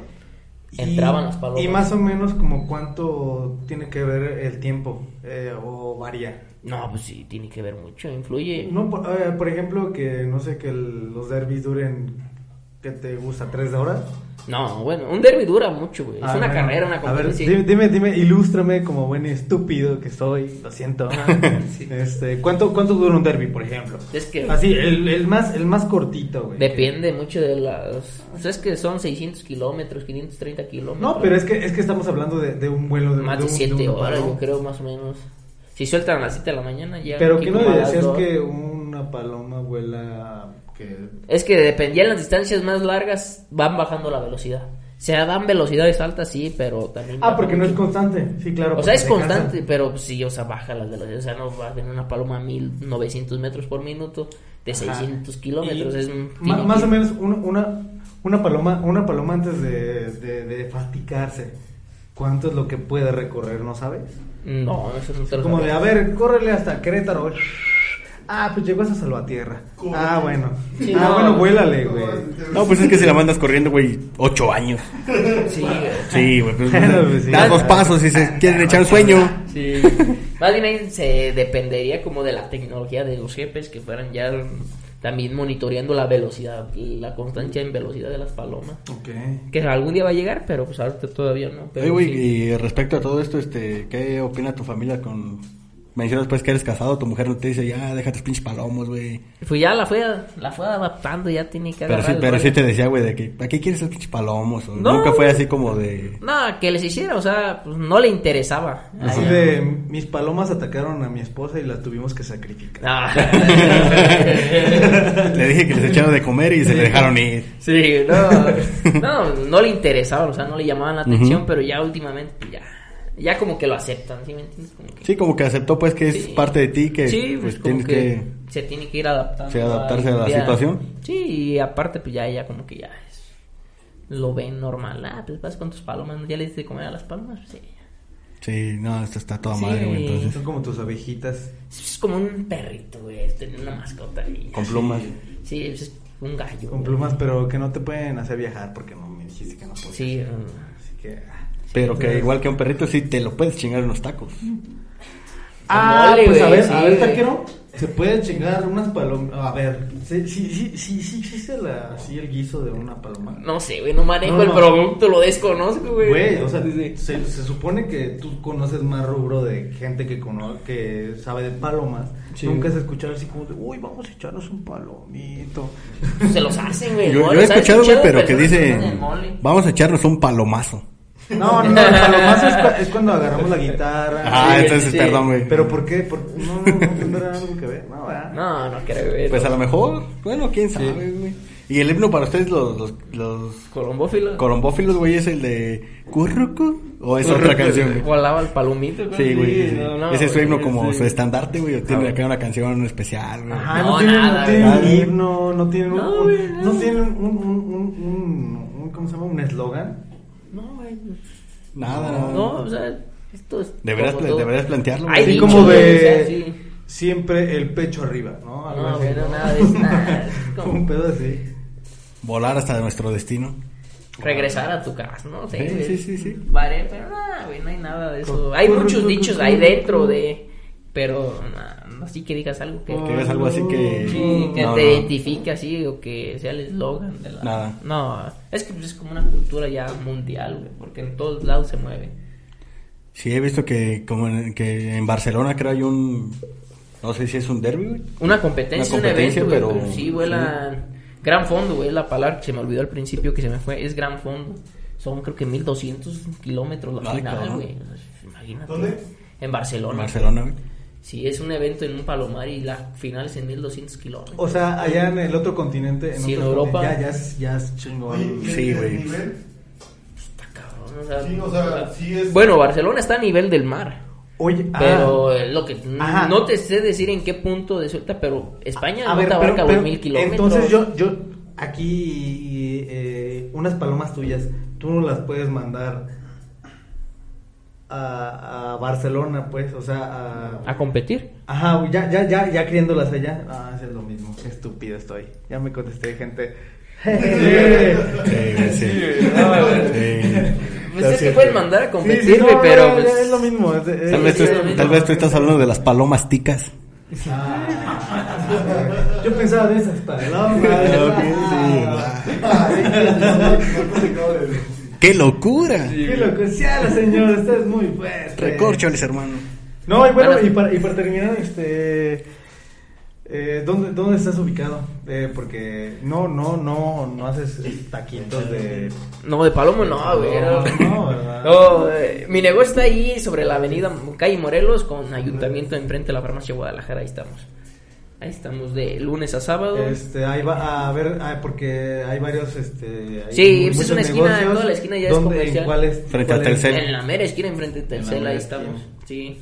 Y-
entraban las palomas.
Y más o menos como cuánto tiene que ver el tiempo eh, o varía.
No, pues sí, tiene que ver mucho, influye.
No, por, eh, por ejemplo, que no sé, que el- los derbis duren, ¿qué te gusta? ¿Tres horas?
No, bueno, un derby dura mucho, güey. Es
Ah,
una
bueno.
carrera, una
A ver,
competencia.
dime, dime, dime, ilústrame como buen estúpido que soy, lo siento. Este, ¿cuánto, ¿Cuánto dura un derby, por ejemplo?
Es que-
Así, el, el más, el más cortito, güey.
Depende mucho de las... O sea, es que son 600 kilómetros, 530 kilómetros.
No, pero es que, es que estamos hablando de, de un vuelo de
Más de
un-
7
un
horas,
palo.
yo creo, más o menos. Si sueltan a las 7 de la mañana, ya.
Pero
aquí
¿qué no
como a las
decías
dos.
que una paloma vuela que...
Es que dependía de las distancias más largas, van bajando la velocidad. O sea, dan velocidades altas, sí, pero también.
Ah,
baja
porque no es
mucho.
constante. Sí, claro.
O sea,
porque
es
se
constante,
cansa.
pero sí, o sea, baja las velocidades. O sea, no va a tener una paloma a 1900 metros por minuto de
Ajá.
600 kilómetros.
Y
Es
ma-
un-
más o menos un- una, una paloma una paloma antes de, de, de fatigarse. ¿Cuánto es lo que puede recorrer? ¿No sabes?
No, eso no te lo
Como de,
sabía.
a ver, córrele hasta Querétaro. Ah, pues llegó hasta Salvatierra. Ah, bueno.
Sí,
ah,
no.
bueno, vuélale, güey.
No, pues es que si la mandas corriendo, güey, ocho años.
Sí, güey.
Sí, güey. Pues,
Bueno, pues, sí.
da dos pasos y se
Ah,
quieren echar sueño.
Sí. Más bien ahí se dependería como de la tecnología de los jefes que fueran ya también monitoreando la velocidad, la constancia en velocidad de las palomas.
Ok.
Que algún día va a llegar, pero pues ahorita todavía no. Pero
Oye, güey,
sí.
y respecto a todo esto, este, ¿qué opina tu familia con... Mencionas pues que eres casado, tu mujer no te dice, ya, déjate tus pinches palomos, güey.
Pues ya la fue, la fue adaptando, ya tiene que
Pero sí,
agarrar el
pero
rollo.
sí te decía, güey, de que, ¿para qué quieres esos pinches palomos? O
No,
nunca fue
güey.
así como de...
No, que les hiciera, o sea, pues no le interesaba.
Así
Ay,
de, mis palomas atacaron a mi esposa y la tuvimos que sacrificar.
no.
le dije que les echaron de comer y se le dejaron ir.
Sí, no, no, no le interesaban, o sea, no le llamaban la atención, pero ya últimamente pues, ya, ya como que lo aceptan, ¿sí me entiendes? Como que,
Sí, como que aceptó pues que es
Sí.
parte de ti, que
sí,
pues,
pues como
tienes
que,
que...
se tiene que ir adaptando.
Sí, adaptarse a la
ya.
situación.
Sí, y aparte pues ya ella como que ya es- lo ven normal, ah, pues vas con tus palomas, ¿no? ya le diste de comer a las palomas, pues, sí.
Sí, no, esto está toda
Sí.
madre, güey, entonces.
Son como tus abejitas.
Es como un perrito, güey, es tener una mascota. Y,
Con plumas.
Sí, pues, es un gallo.
Con
güey.
plumas, pero que no te pueden hacer viajar porque no me dijiste que no podía.
Sí, mm,
Así que.
Pero que igual que a un perrito, sí te lo puedes chingar unos tacos.
Ah,
Ándale,
pues a ver,
güey,
a
sí,
ver,
güey.
taquero. Se puede chingar unas palomas. A ver, sí, sí, sí, sí, sí existe la, así el guiso de una paloma.
no sé, güey, no manejo
No,
el
no.
producto, lo desconozco, güey.
Güey, o sea,
Sí, sí.
se, se supone que tú conoces más rubro de gente que cono- que sabe de palomas.
Sí.
Nunca has escuchado así como de, uy, vamos a echarnos un palomito.
se los hacen, güey.
Yo,
mole,
yo he
¿sabes?
escuchado, güey,
Escuchado
pero que
personas
dicen,
hacen el mole.
vamos a echarnos un palomazo.
No, no, no, el palomazo es, cua- es cuando agarramos la guitarra.
Ah,
sí,
entonces,
sí.
perdón, güey.
Pero ¿por qué? ¿Por- No, no, no tendrá algo que ver. No, ¿verdad?
No, no creo, güey.
Pues a
los
lo mejor, bueno, quién sabe, güey. Y el himno para ustedes, los, los, los
colombófilos.
colombófilos, güey, es el de Curruco. O es otra canción, güey?
Volaba el palomito,
Sí, güey. sí.
no, no,
Ese es su
güey,
himno como
sí.
su estandarte, güey. o Tiene acá una canción especial, güey.
Ajá,
No,
no, tienen,
nada,
no tienen
güey.
un himno, no tienen un,
No,
un-
güey, no.
no tienen un, un, un, un- un- ¿cómo se llama? Un eslogan.
No, güey.
Nada, nada.
No, o sea, esto es.
Deberás,
como
pla-
todo.
deberás plantearlo,
Ay,
güey.
Así
dicho,
como
güey, o sea,
de
sí.
siempre el pecho arriba, ¿no? Algo
No,
así,
güey, no, nada de eso, nada, es como-
un pedo así.
Volar hasta nuestro destino.
Regresar a tu casa, ¿no? sé,
Sí,
güey.
sí, sí, sí.
Vale, pero nada, güey, no hay nada de eso.
Cu-
Hay
curru,
muchos
curru,
dichos
curru.
ahí dentro de. Pero, nah, no, así que digas algo que.
Que ves algo así que.
Sí, que
no,
te
no.
identifique así o que sea el eslogan de la...
Nada.
No, es que pues, es como una cultura ya mundial, güey, porque en todos lados se mueve.
Sí, he visto que como en, que en Barcelona creo hay un... No sé si es un derby, güey.
Una competencia,
Una competencia,
un evento,
pero-
güey, pero sí, vuelan... Gran fondo, güey, la palabra que se me olvidó al principio que se me fue, es gran fondo. Son creo que 1200 kilómetros la
Ay,
final,
cabrón.
güey. O sea, Imagínate.
¿Dónde?
En Barcelona.
En Barcelona, güey.
Sí, es un evento en un palomar y la final es en 1200 kilómetros.
O sea, allá en el otro continente, en
Sí, en
otro
Europa.
continente, Ya, ya es, ya es chingón.
Oye, ¿qué
Sí,
es
güey.
nivel?
Está cabrón, o sea,
Sí, o sea, sí es-
Bueno, Barcelona está a nivel del mar.
Oye, ah,
Pero eh, lo que
Ajá.
no te sé decir en qué punto de suelta, pero España
a
no
ver,
te abarca
pero-
los
pero
mil kilómetros.
Entonces yo, yo aquí eh, unas palomas tuyas, tú no las puedes mandar a, a Barcelona, pues, o sea, a,
a competir.
Ajá, güey, ya, ya, ya, ya criándolas allá. Ah, es lo mismo. Qué estúpido estoy. Ya me contesté, gente.
Sí, güey, sí. Sí.
Pues es que pueden mandar a competir, güey,
no,
pero
ya-
pues-
ya es lo mismo. es- es-
Tal vez, tú,
es lo
sí,
es- tal
mismo.
vez tú estás hablando de las palomas ticas.
Ah, yo pensaba de esas palomas.
Ah,
Ay, no, no, no, no, no, no.
¡Qué locura!
Qué loco. Sí, a la señora, esta es muy fuerte.
Recórcholes, hermano.
No, y bueno,
Bueno.
y para, y para terminar, este. eh, ¿dónde, ¿Dónde estás ubicado? Eh, porque no, no, no, no haces taquitos de.
No, de Palomo no, güey. era-
no, ¿verdad?
No, eh, mi negocio está ahí sobre la avenida Calle Morelos con ayuntamiento enfrente de la farmacia Guadalajara. Ahí estamos. Ahí estamos de lunes a sábado.
Este, ahí va a ver, ah, porque hay varios, este... hay mu-
Sí, pues es
muchos
una esquina,
negocios.
toda la esquina ya es
¿Dónde-
comercial.
¿En cuál es?
Frente al
cuál es?
Telcel.
En la mera esquina enfrente de Telcel,
mera
ahí
esquina.
estamos. Sí.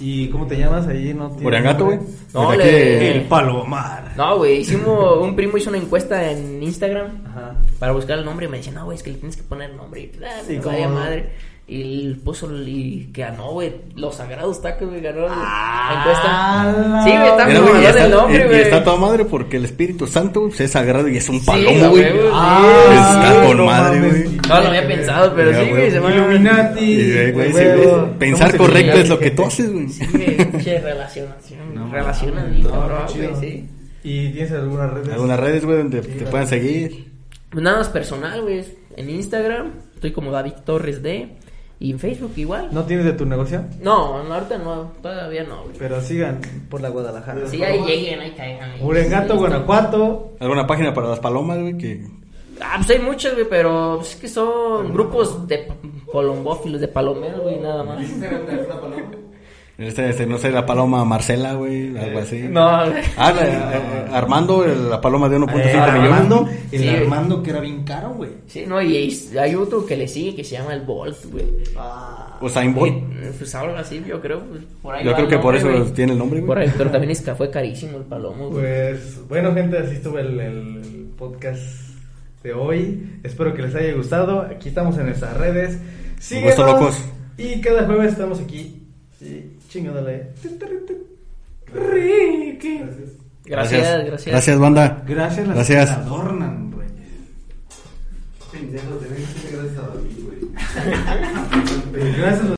¿Y cómo te llamas ahí? No tiene
Uriangato, güey.
nombre.
No,
Mira
le-
que-
El Palomar.
No, güey, hicimos, un primo hizo una encuesta en Instagram
Ajá.
para buscar el nombre y me decía, no, güey, es que le tienes que poner nombre. Y, ah,
Sí,
me
cómo
vaya
no.
madre. Y el puso y ganó, güey, los sagrados tacos, güey, ganó
Ah,
la encuesta.
la-
Sí, güey,
Mira, güey,
estamos
y
hablando del
está-
nombre,
y- y
güey.
está toda madre porque el Espíritu Santo se es sagrado y es un
Sí,
palomo,
a
güey.
huevo, sí.
Ah, está
sí,
con
no
madre,
mames.
güey.
No lo había pensado, pero
Ya,
sí, güey,
güey.
se me
Illuminati.
Sí, güey, güey, sí,
huevo.
güey. Pensar
Somos
correcto
el-
es lo que tú haces, güey.
Sí, güey, pinche relacionación.
No,
relacionan,
no,
cabrón,
chido.
güey, sí.
¿Y tienes alguna red?
Algunas redes, güey, donde te puedan seguir.
Pues nada más personal, güey, en Instagram estoy como David Torres D y en Facebook igual.
¿No tienes de tu negocio?
No, no, ahorita no, todavía no, güey.
Pero sigan por la Guadalajara.
Sí, ahí lleguen, ahí caigan. ahí.
Uriangato, Guanajuato.
Alguna página para las palomas, güey, que...
Ah, pues hay muchas, güey, pero pues, es que son grupos de colombófilos, de palomeros, güey, nada más.
Este, este, no sé, la paloma Marcela, güey, algo así.
Eh, No, güey.
Ah, la- eh, Armando, el- la paloma de 1.5
Eh,
millones.
Armando, el
Sí.
Armando que era bien caro, güey.
Sí, no, y hay- hay otro que le sigue que se llama el Bolt, güey.
Ah,
O Sain Bolt.
Eh, Pues ahora sí, yo creo. pues, por ahí
Yo
va
creo
el
que por
nombre,
eso
güey.
tiene el nombre, güey.
Por ahí, pero también es que fue carísimo el palomo, güey.
Pues bueno gente, así estuvo el, el podcast de hoy. Espero que les haya gustado. Aquí estamos en nuestras redes. Síguenos.
gusto, locos.
Y cada jueves estamos aquí. Sí, chingándole. Ricky.
Gracias, gracias.
Gracias, banda.
Gracias, las
Gracias.
que adornan, Reyes.
Pendejos de veinte.
Gracias.